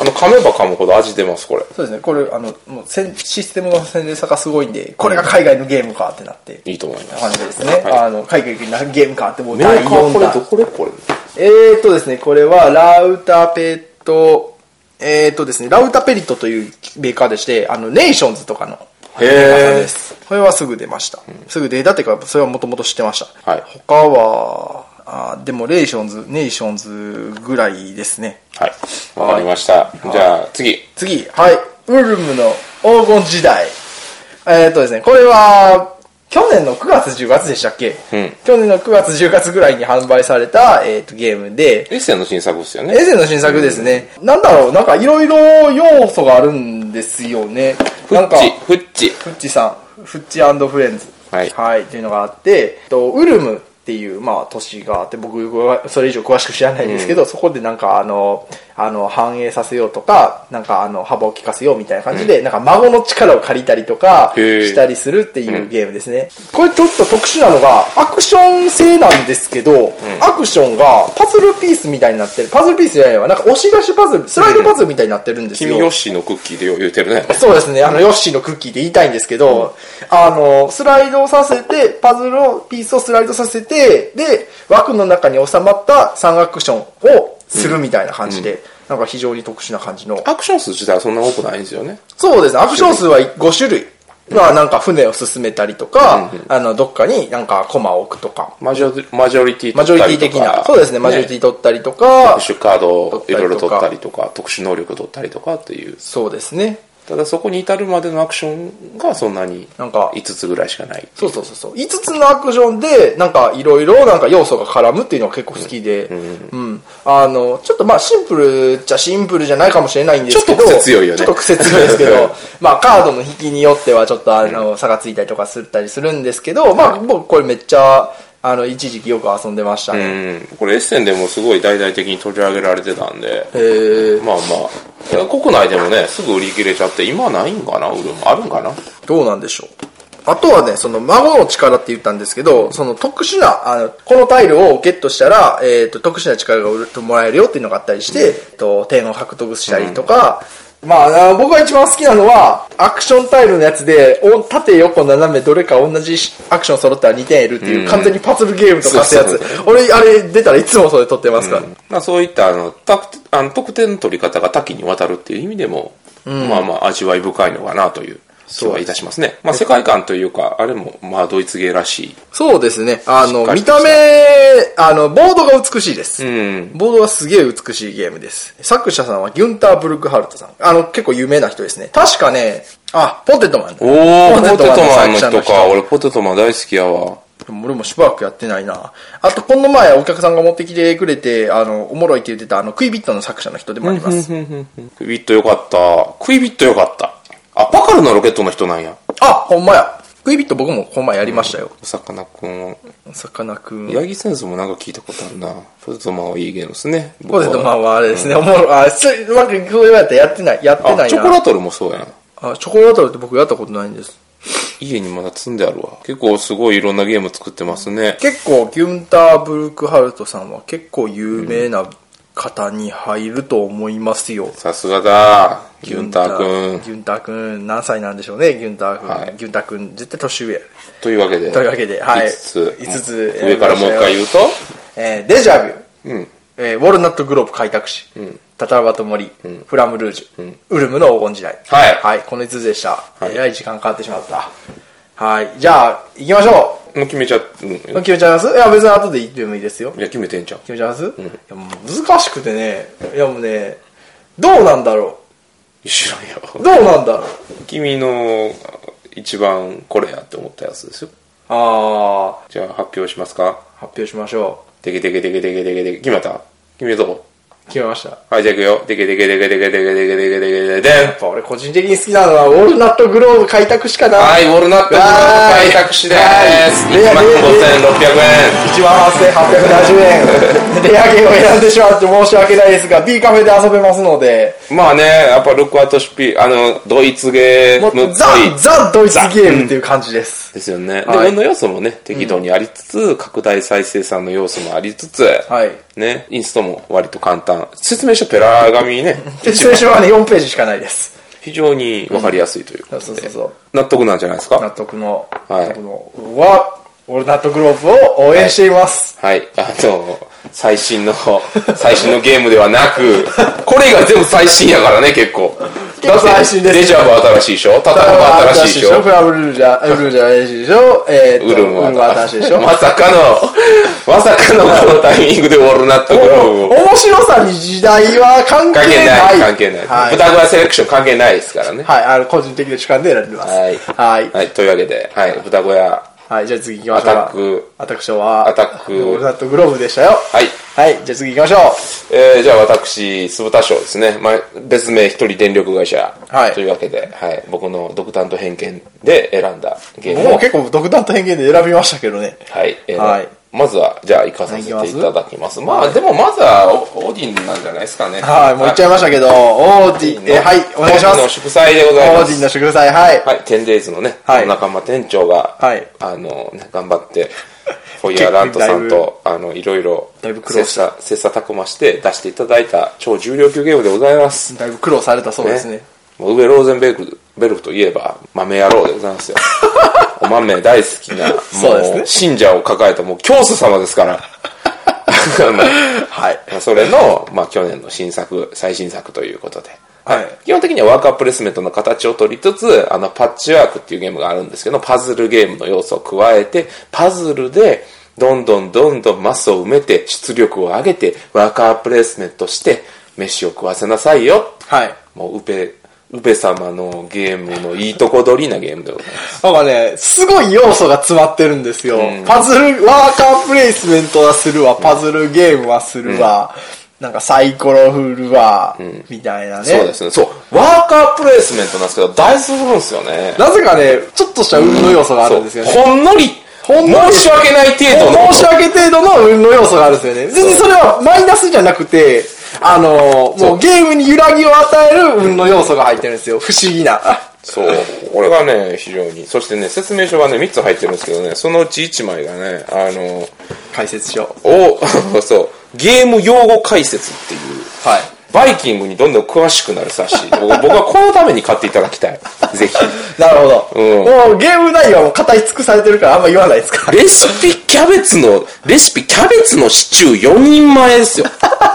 B: あの、噛めば噛むほど味出ます、これ。
A: そうですね、これ、あの、もうせんシステムの洗練さがすごいんで、これが海外のゲームかってなって。
B: いいと思いま
A: 感じ
B: す。
A: ですね、
B: はい
A: あの海外のゲームかってもう
B: メー
A: 第
B: カーこ
A: 4
B: れ
A: 弾
B: どこでこれ
A: えー、とですね、これは、ラウタペット、えー、とですね、ラウタペリットというメーカーでして、あの、ネーションズとかの
B: へー
A: メーカーです。これはすぐ出ました。すぐ出たっていうか、それはもともと知ってました。
B: はい
A: 他は、あーでも、レーションズ、ネーションズぐらいですね。
B: はい。わかりました。じゃあ、次。
A: 次、はい、ウルムの黄金時代。えー、とですね、これは、去年の9月10月でしたっけ、
B: うん
A: 去年の9月10月ぐらいに販売された、えー、とゲームで、
B: エッセンの新作ですよね。
A: エゼの新作ですね。なんだろう、なんかいろいろ要素があるんですよね。
B: フ
A: なん
B: ッ
A: か、
B: チ、フッチ。
A: フッチさん、フッチフレンズ。
B: はい
A: はい、っていうのがあって、えっと、ウルムっていう、まあ、都市があって、僕はそれ以上詳しく知らないんですけど、そこでなんかあの、あの、反映させようとか、なんかあの、幅を利かせようみたいな感じで、なんか孫の力を借りたりとか、
B: へー
A: したりするっていうゲームですね。これちょっと特殊なのが、アクション性なんですけど、アクションがパズルピースみたいになってる。パズルピースじゃないわ。なんか押し出しパズル、スライドパズルみたいになってるんですよ。
B: 君ヨッシーのクッキーでよう言うてるね。
A: そうですね。あの、ヨッシーのクッキーで言いたいんですけど、あの、スライドをさせて、パズルを、ピースをスライドさせて、で、枠の中に収まった3アクションをするみたいな感じで、なんか非常に特殊な感じの。
B: アクション数自体はそんな多くないんですよね。
A: そうですね。アクション数は5種類。まあなんか船を進めたりとか、あの、どっかになんかコマを置くとか。
B: マジョマジョリティ
A: マジョリ
B: 取った
A: テ
B: り
A: ィ
B: とか
A: 的な。そうですね。マジョリティ取ったりと
B: ア
A: か
B: ッ、シュカードをいろいろ
A: 取
B: 取
A: っ
B: ったた
A: り
B: りとか、特殊能力取ったりとかっていう。
A: そうですね。
B: ただそこに至るまでのアクションがそんなに
A: なんか
B: 5つぐらいしかない。
A: そうそうそうそう。5つのアクションで、なんかいろいろなんか要素が絡むっていうのが結構好きで、うん。あの、ちょっとまあシンプルじゃシンプルじゃないかもしれないんですけど、
B: ちょっと癖強いよね
A: ちょっと癖強いですけ ど、まあカードの引きによってはちょっとあの、差がついたりとかすったりするんですけど、まあ僕これめっちゃ、あの、一時期よく遊んでましたね。
B: うん。これエッセンでもすごい大々的に取り上げられてたんで。
A: えー、
B: まあまあ、国内でもね、すぐ売り切れちゃって、今はないんかな売るあるんかな
A: どうなんでしょう。あとはね、その孫の力って言ったんですけど、その特殊な、あの、このタイルをゲットしたら、えっ、と、特殊な力がもらえるよっていうのがあったりして、えっと、点を獲得したりとか、まあ、あ僕が一番好きなのは、アクションタイルのやつで、お縦横斜めどれか同じアクション揃ったら2点得るっていう、完全にパズルゲームとかしたや
B: そう
A: つ
B: そう。
A: 俺、あれ出たらいつもそれ取ってますから。
B: まあそういったあのたあの得点の取り方が多岐にわたるっていう意味でも、まあまあ味わい深いのかなという気はいたしますね。まあ世界観というか、あれもまあドイツ芸らし
A: そうですね。あの、
B: かり
A: 見
B: とし
A: た
B: た
A: 目、あの、ボードが美しいです。
B: い。うん。
A: ボードはすげえ美しいゲームです。作者さんはギュンター・ブルクハルトさん。あの、結構有名な人ですね。確かね、あ、ポテトマンだ。
B: おー、
A: ポ
B: ポ
A: テ
B: テ
A: ト
B: ト
A: マ
B: マ
A: ン
B: ン
A: の作
B: の
A: 者の人
B: 人か。俺ポテトマン大好きやわ。
A: でも俺もしばらくやってないな。あと、この前お客さんが持ってきてくれて、あの、おもろいって言ってた、あの、クイビットの作者の人でもあります。
B: クイビットよかった。クイビットよかった。あ、パカルのロケットの人なんや。
A: あ、ほんまや。クイビット僕もこんまやりましたよ。
B: さかなクン。
A: さかなクン。
B: ヤギセンスもなんか聞いたことあるな。ポテトマンはいいゲームですね。
A: ポテトマ
B: ン。
A: ンはあれですね、おもろ、あ、すうまくいくようやったらやってない、やってないな。
B: あ、チョコラトルもそうやん。
A: あ、チョコラトルって僕やったことないんです。
B: 家にまだ積んであるわ。結構すごいいろんなゲーム作ってますね。
A: 結構ギュンター・ブルクハルトさんは結構有名な方に入ると思いますよ。
B: さすがだ。ギュンター君。
A: ギュンター君、何歳なんでしょうね、ギュンター君。
B: はい
A: ギュンター君、絶対年上や。
B: というわけで。
A: というわけではい
B: 5つ。
A: 五つ
B: 上からもう一回言うと
A: えーデジャビュー、えーウォルナット・グローブ開拓史、タタラバと森、フラム・ルージュ、ウルムの黄金時代。
B: はい
A: はい、この5つでした。えらい時間かかってしまった。はい、じゃあ、行きましょ。
B: もう決めちゃ、うん。いうや、
A: 決めちゃいますいや、別に後で言ってもいいですよ。
B: 決めてんじゃん。
A: 決めちゃいます、いやもう難しくてね、いやもうね、どうなんだろ
B: 知らんよ。
A: うどうなんだろう
B: 君の一番これやって思ったやつですよ。
A: あ
B: じゃあ発表しますか。
A: ー、発表しましょ
B: でけでけでけでけでけでけ。決めた決めとう
A: う。決めました。や
B: はい、じゃあ行くよ。でけでけでけでけでけでけでけでけででん
A: っぱ俺個人的に好きなのは、ウォルナットグローブ開拓しかな。
B: はい、ウォルナットグローブ開拓士でーす。
A: はい
B: 1万5600円。
A: 1万8870円。レ アゲームを選んでしまって申し訳ないですが、B カフェで遊べますので、
B: まあね、やっぱルクアトシピ、あの、ドイツゲー
A: も
B: ムっ
A: う
B: ぽ
A: ザ
B: い、
A: ザ・ドイツゲームっていう感じです。
B: ですよね。で、
A: はい
B: 運の要素もね、適度にありつつ、拡大再生産の要素もありつつ、
A: はい。
B: ね、インストも割と簡単。説明書ペラ紙にね、
A: 説明書はね、4ページしかないです。
B: 非常にわかりやすいという
A: そ
B: こ
A: うそ
B: と
A: うそう
B: で、
A: そう。
B: 納得なんじゃないです
A: 納
B: か
A: 得の、
B: はい
A: 納得の、うわ、俺納得ロープを応援しています。
B: はい。あの、最新の、 最新のゲームではな く、これが全部最新やからね、結構。
A: 結構最新です
B: だってレジャーは新しいでしょタタラは新しいでしょ
A: フラブルージャー、ウルージャー新しいでしょえー
B: ウ
A: と
B: ルム
A: ウルムは新しいでしょ
B: まさかの、まさかのこのタイミングでウォルナットグローブを。
A: 面白さに時代は関
B: 関
A: 係
B: 係
A: な。
B: ないい、関係ない。
A: はい。
B: 豚グラセレクション関係ないですからね。
A: はい、あの、個人的な主観で選んでます。
B: はい
A: はい。
B: はい、というわけで、はい、豚小屋、
A: はい、じゃあ次行きましょ
B: ア
A: う
B: タ
A: か。
B: ッ。ク、
A: アタックショーは、
B: アタック
A: ウルナットグローブでしたよ。
B: はい。
A: はい、じゃあ次行きましょ
B: えー、じゃあ私、酢豚賞ですね。まあ、別名一人電力会社。
A: はい
B: というわけで、はい、僕の独断と偏見で選んだゲー
A: う。
B: ム
A: もう
B: を、
A: 結構独断と偏見で選びましたけどね。
B: はい、えー
A: はい
B: まずは、じゃあ行かさせていただきます。まあ、でもまずはオ、オーディンなんじゃないですかね。
A: はい、もう言っちゃいましたけど、オーディン、え、はい、お願いしま
B: オーディンの
A: す。
B: 祝祭でご
A: オ
B: ざいま
A: ー
B: す
A: デ。ィンの祝祭、はい。
B: はい、テンデイズのね、
A: はい
B: 仲間店長が、
A: はい
B: あの、ね、頑張 って、フォイヤーラントさ
A: だ
B: ん
A: いぶ
B: と、あの、いろいろ、
A: だいぶ苦労した
B: 切磋切磋琢磨して出していただいた超重量級ゲームでございます。
A: だいぶ苦労されたそうですね。
B: もう上ローゼンベルク、ベルクといえば、豆野郎でござい ますよ。お豆大好きな、も
A: そうですね
B: 信者を抱えた、もう教祖様で すから。
A: はい。
B: まあそれの、まあ、去年の新作、最新作ということで。
A: はい。
B: 基本的にはワーカープレイスメントの形を取りつつ、あの、パッチワークっていうゲームがあるんですけど、パズルゲームの要素を加えて、パズルで、どんどんどんどんマスを埋めて、出力を上げて、ワーカープレイスメントして、飯を食わせなさいよ。
A: はい。
B: もう、うべ、うべ様のゲームのいいとこ取りなゲームでございます。
A: なんかね、すごい要素が詰まってるんですよ。パズル、ワーカープレイスメントはするわ、パズルゲームはするわ、なんかサイコロ振るわ、みたいなね。
B: そうですね。そう。ワーカープレイスメントなんですけど、ダイス振るんですよね。
A: なぜかね、ちょっとした運の要素があるんですよね。
B: そうほんのり、
A: ほんのり
B: 申し訳ない程度のこと。
A: 申し訳程度の運の要素があるんですよね。全然それはマイナスじゃなくて、あの、もうゲームに揺らぎを与える運の要素が入ってるんですよ。不思議な。
B: そう。これがね、非常に。そしてね、説明書がね、3つ入ってるんですけどね、そのうち1枚がね、あの、
A: 解説書。
B: お、 そう、ゲーム用語解説っていう、
A: はい。
B: バイキングにどんどん詳しくなる冊子。僕僕はこのために買っていただきたい。ぜひ。
A: なるほど。
B: う
A: もうゲーム内容はもう語り尽くされてるからあんま言わないですから。
B: レシピキャベツの、レシピキャベツのシチュー4人前ですよ。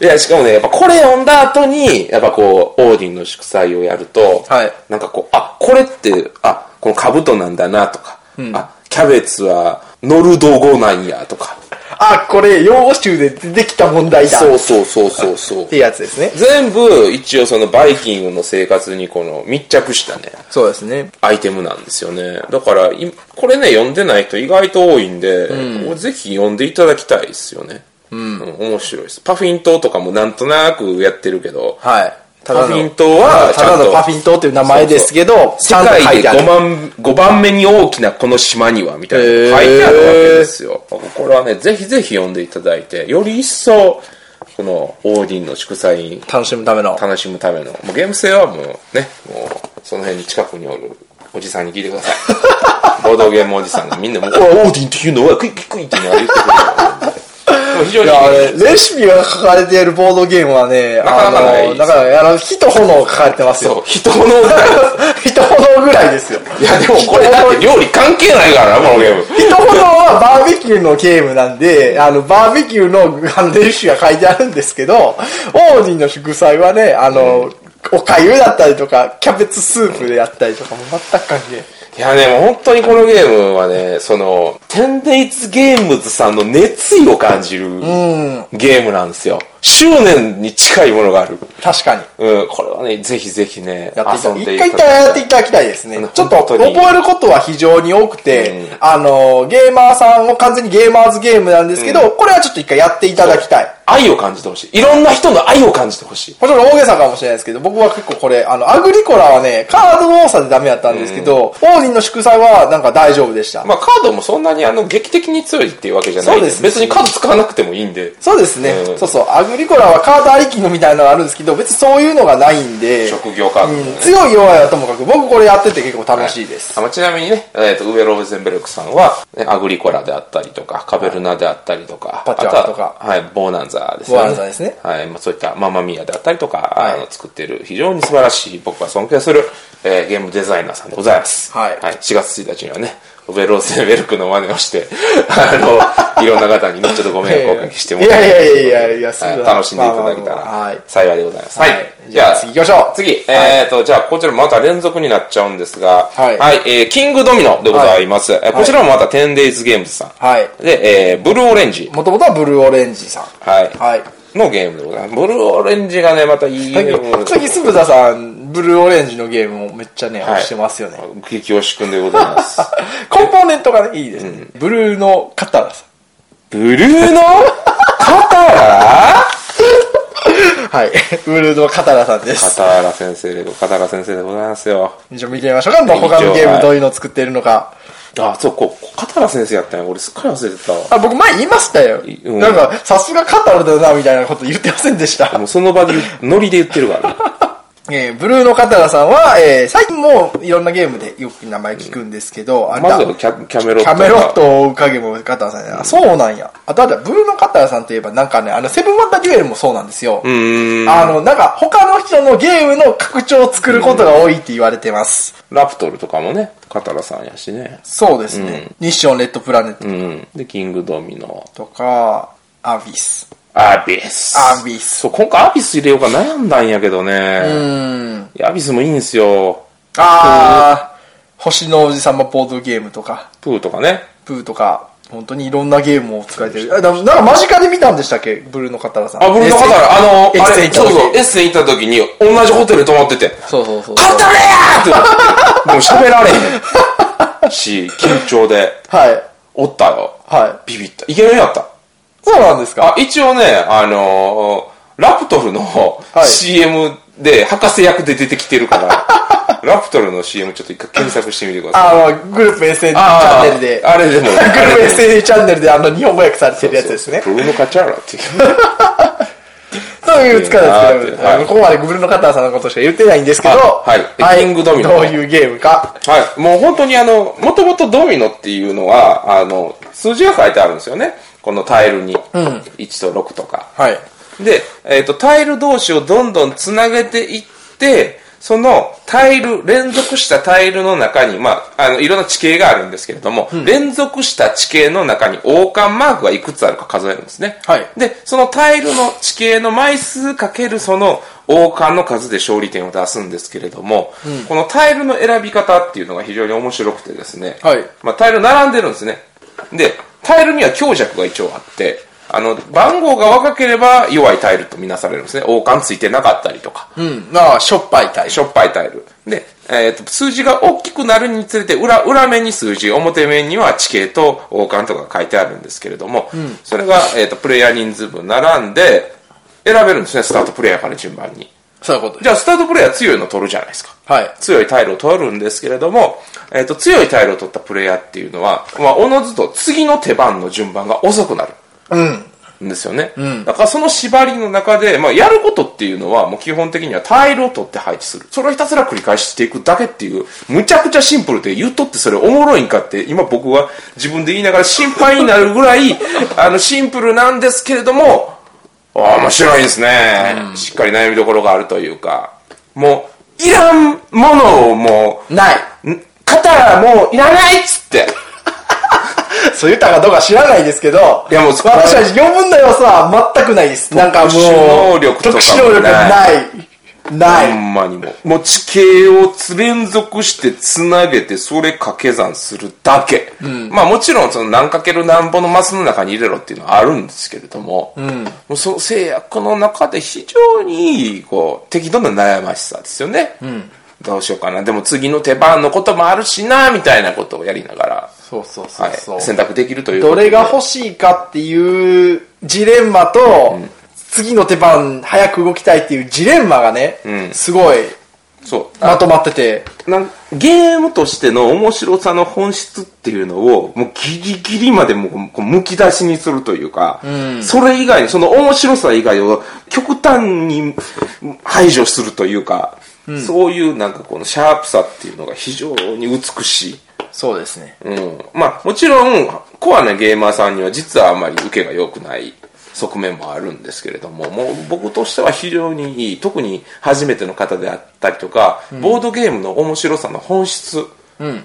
B: いや、しかもね、やっぱこれ読んだ後に、やっぱこう、オーディンの祝祭をやると、
A: はい
B: なんかこう、あ、これって、あ、この兜なんだなとか、あ、キャベツはノルド語なんやとか、
A: あ、これ、用語集で出てきた問題だ。
B: そ
A: っ
B: うそうそうそうそう
A: て。いうやつですね。
B: 全部、一応そのバイキングの生活にこの密着したね、
A: そうですね。
B: アイテムなんですよね。だから、いこれね、読んでない人意外と多いんで、これぜひ読んでいただきたいですよね。うん、面白いです。パフィン島とかもなんとなくやってるけど、
A: はい。た
B: パ
A: だ
B: フ
A: の
B: ィン島は、ち
A: た
B: ゃ
A: だ
B: ん
A: のパフ
B: と、
A: ィン島という名前ですけど、ち
B: 世
A: ゃんと書い
B: 界
A: て
B: で
A: ある
B: 5。番、5番目に大きなこの島には、みたいな
A: へー
B: 書いてあるわけですよ。これはね、ぜひぜひ読んでいただいて、より一層、この、オーディンの祝祭に
A: 楽しむための。
B: 楽しむための、もうゲーム性はもうね、もうその辺に近くにおるおじさんに聞いてくだ さい。ボードゲームおじさんがみんなもう、おオーディンっていうのはクイックイクイって言ってくれる。もう非常
A: い
B: に
A: やあれレシピが書かれているボードゲームはね、
B: なかなかない
A: あの、だから、あの、火と炎が書かれてます
B: そ
A: よ。
B: う、人のぐらいで
A: 火と炎ぐらいですよ。
B: す。いや、でもこれだって料理関係ないからな、このゲーム。
A: 火と炎はバーベキューのゲームなんで、あの、バーベキューのあのレシピが書いてあるんですけど、オーディンの祝祭はね、あの、おかゆだったりとか、キャベツスープでやったりとかも全く関係ない。
B: いやね、もう本当にこのゲームはね、その、テンデイツゲームズさんの熱意を感じるゲームなんですよ。執念に近いものがある。
A: 確かに。
B: うん、これはね、ぜひぜひね、
A: やってい
B: 遊
A: た
B: ん
A: 一
B: でい
A: 回一回やっていただきたいですね
B: うん。
A: ちょっと
B: 本当
A: 覚
B: に
A: えることは非常に多くて、あの、ゲーマーさんも完全にゲーマーズゲームなんですけど、これはちょっと一回やっていただきたい。
B: 愛を感じてほしい。いろんな人の愛を感じてほしい。
A: これ大げさかもしれないですけど、僕は結構これ、あの、アグリコラはね、カードの多さでダメだったんですけど、オーディンの祝祭はなんか大丈夫でした。
B: まあカードもそんなにあの劇的に強いっていうわけじゃない
A: そ
B: ん
A: う
B: で、
A: ですね
B: 別にカード使わなくてもいいんで、
A: そうですね、
B: うん
A: そうそう。アグリコラはカードありきのみたいなのがあるんですけど、別にそういうのがないんで、
B: 職業カードも
A: う
B: ね
A: ん強い弱いはともかく、僕これやってて結構楽しいです。
B: あまあちなみにね、えっと、ウエローゼンベルクさんは、ね、アグリコラであったりとか、カベルナであったりとか、
A: パッチワークとか
B: あははい、ボーナンザですね。
A: ボーナンザですね
B: はい、まあそういったママミヤであったりとか、
A: はい
B: あの、作ってる、非常に素晴らしい、僕は尊敬する、えーゲームデザイナーさんでございます。
A: はい
B: はい、4月1日にはね、ウエローゼンベルクの真似をして、 あの、いろんな方にねちょっとご迷惑をおかけしてもら
A: い
B: って
A: やいやいやいやいや、す
B: はい
A: ぐ
B: 楽しんでいただけた
A: まあまあまあはい
B: ら。幸いでございます。は
A: はいい。
B: じ
A: じゃ
B: ゃあ
A: あ次行きましょう
B: 次、えっと、じゃあこちらまた連続になっちゃうんですが、
A: はい
B: はい。えーキングドミノでございます。えーこちらもまた 10days ゲームズさん。
A: はい。
B: で、えーブルーオレンジ。
A: もともとはブルーオレンジさん。
B: はい。
A: はい。
B: のゲームでございます。ブルーオレンジがね、またいいゲーム。
A: さっき、すぶたさん、ブルーオレンジのゲームをめっちゃね、
B: はい
A: 押してますよね。
B: 激推し君でございます。
A: コンポーネントがね、いいですね。ブルーのカタラさ
B: ブルーのカタラ
A: ん。 はい。ブルーのカタラさんで
B: カ
A: す。
B: タラ先生で、カタラ先生でございますよ。
A: じゃあ見てみましょうか。他のゲームどういうのを作っているのか。
B: あ、そう、こう、片原先生やったんや。俺すっかり忘れてたわ。
A: あ、僕前言いましたよ
B: い。うん
A: なんか、さすがカタルだな、みたいなこと言ってませんでした。
B: もうその場で言う、ノリで言って るからね。
A: えーブルーのカタラさんは、えー最近もういろんなゲームでよく名前聞くんですけど、あれ
B: ま
A: だ
B: ずはキャキャメロッ
A: キ
B: ト
A: ャ
B: が。
A: メロットを追う影もカタラさんや、あそうなんや。あとあとブルーのカタラさんといえばなんかね、あの、セブンワンダーデュエルもそうなんですよ。
B: うーん。
A: あの、なんか他の人のゲームの拡張を作ることが多いって言われてます。
B: ラプトルとかもね、カタラさんやしね。
A: そうですね。日照レッドプラネット
B: うん。で、キングドミノ。
A: とか、アビス。
B: アビス。
A: アビス。
B: そう、今回アビス入れようか悩んだんやけど
A: う
B: ね。
A: ん。
B: いやアビスもいいんすよ。
A: あー、星の王子様ボードゲームとか。
B: プーとかね。
A: プーとか、本当にいろんなゲームを使えてる。あでもなんか間近で見たんでしたっけブルーのカタラさん。
B: あ、ブルーノカタラ、あの、
A: エッ
B: あ
A: セン
B: れ、
A: 行
B: そ
A: っ
B: う
A: た時
B: そう、エッセン行った時に同じホテル泊まってて、
A: そうそうそう。
B: カタラやーって、もう喋られへんし、緊張で、
A: はい。
B: おったよ。
A: はい。
B: ビビった。イケメンやった。
A: そうなんですか
B: あ、一応ね、あのーラプトルの
A: い
B: CM で博士役で出てきてるから、ラプトルの CM ちょっと一回検索してみてください。
A: あの、グループ SN チャンネルで。
B: あれでも、
A: グ
B: あ
A: ルー
B: れ
A: プ
B: でも
A: SN チャンネルであの、日本語訳されてるやつですね。
B: ブルーノカチャラっていう。
A: そういう使うんですけ
B: は
A: ど、
B: い
A: ここまでブルーのカタラさんのことしか言ってないんですけど、
B: あはいキングドミノ
A: どういうゲームか。
B: はい。もう本当にあの、もともとドミノっていうのは、あの、数字が書いてあるんですよね。このタイルに。1と6とか。
A: はい。
B: で、えっ、と、タイル同士をどんどんつなげていって、そのタイル、連続したタイルの中に、まあ、あの、いろんな地形があるんですけれども、連続した地形の中に王冠マークがいくつあるか数えるんですね。
A: はい
B: で、そのタイルの地形の枚数かけるその王冠の数で勝利点を出すんですけれども、このタイルの選び方っていうのが非常に面白くてですね、
A: はい
B: まあ、タイル並んでるんですね。で、タイルには強弱が一応あって、あの、番号が若ければ弱いタイルとみなされるんですね。王冠ついてなかったりとか、
A: うん。まあ、しょっぱい対
B: しょっぱいタイル。で、えっ、と、数字が大きくなるにつれて、裏、裏面に数字、表面には地形と王冠とかが書いてあるんですけれども、それが、えっ、と、プレイヤー人数分並んで、選べるんですね。スタートプレイヤーから順番に。
A: そういうことで
B: じゃあ、スタートプレイヤー強いの取るじゃないですか。
A: す。はい。
B: 強いタイルを取るんですけれども、えっと強いタイルを取ったプレイヤーっていうのは、まあ、おのずと次の手番の順番が遅くなる。んですよね、だからその縛りの中で、まあ、やることっていうのはもう基本的にはタイルを取って配置するそれをひたすら繰り返していくだけっていうむちゃくちゃシンプルで言うとってそれおもろいんかって今僕は自分で言いながら心配になるぐらいあのシンプルなんですけれどもああ、面白いですね、しっかり悩みどころがあるというか、もう、いらんものをも
A: ない。
B: う、ん肩がもういらないっつって。
A: そう言ったかどうか知らないですけど、
B: いやもうそこは
A: 私たち余分な要素は全くないです。なんかもう、
B: 能力とかも
A: 特殊能力ない。な
B: ほ
A: い。
B: んまにもう。もう地形を連続してつなげて、それ掛け算するだけ。まあもちろん、その何かける何本のマスの中に入れろっていうのはあるんですけれども、もうその制約の中で非常にいい、こう、適度な悩ましさですよね。どうしようかな。でも次の手番のこともあるしな、みたいなことをやりながら、
A: そうそうそ
B: は
A: うそう、
B: い、選択できるということ
A: ど
B: で
A: れが欲しいかっていうジレンマと、次の手番早く動きたいっていうジレンマがね、
B: ん
A: すごい
B: そう。
A: まとまってて、
B: なんゲームとしての面白さの本質っていうのを、もうギリギリまでもうこう剥き出しにするというか、それ以外に、その面白さ以外を極端に排除するというか、そういうなんかこのシャープさっていうのが非常に美しい。
A: そうですね。
B: うん。まあ、もちろん、コアなゲーマーさんには実はあまり受けが良くない側面もあるんですけれども、もう僕としては非常にいい、特に初めての方であったりとか、ボードゲームの面白さの本質、っ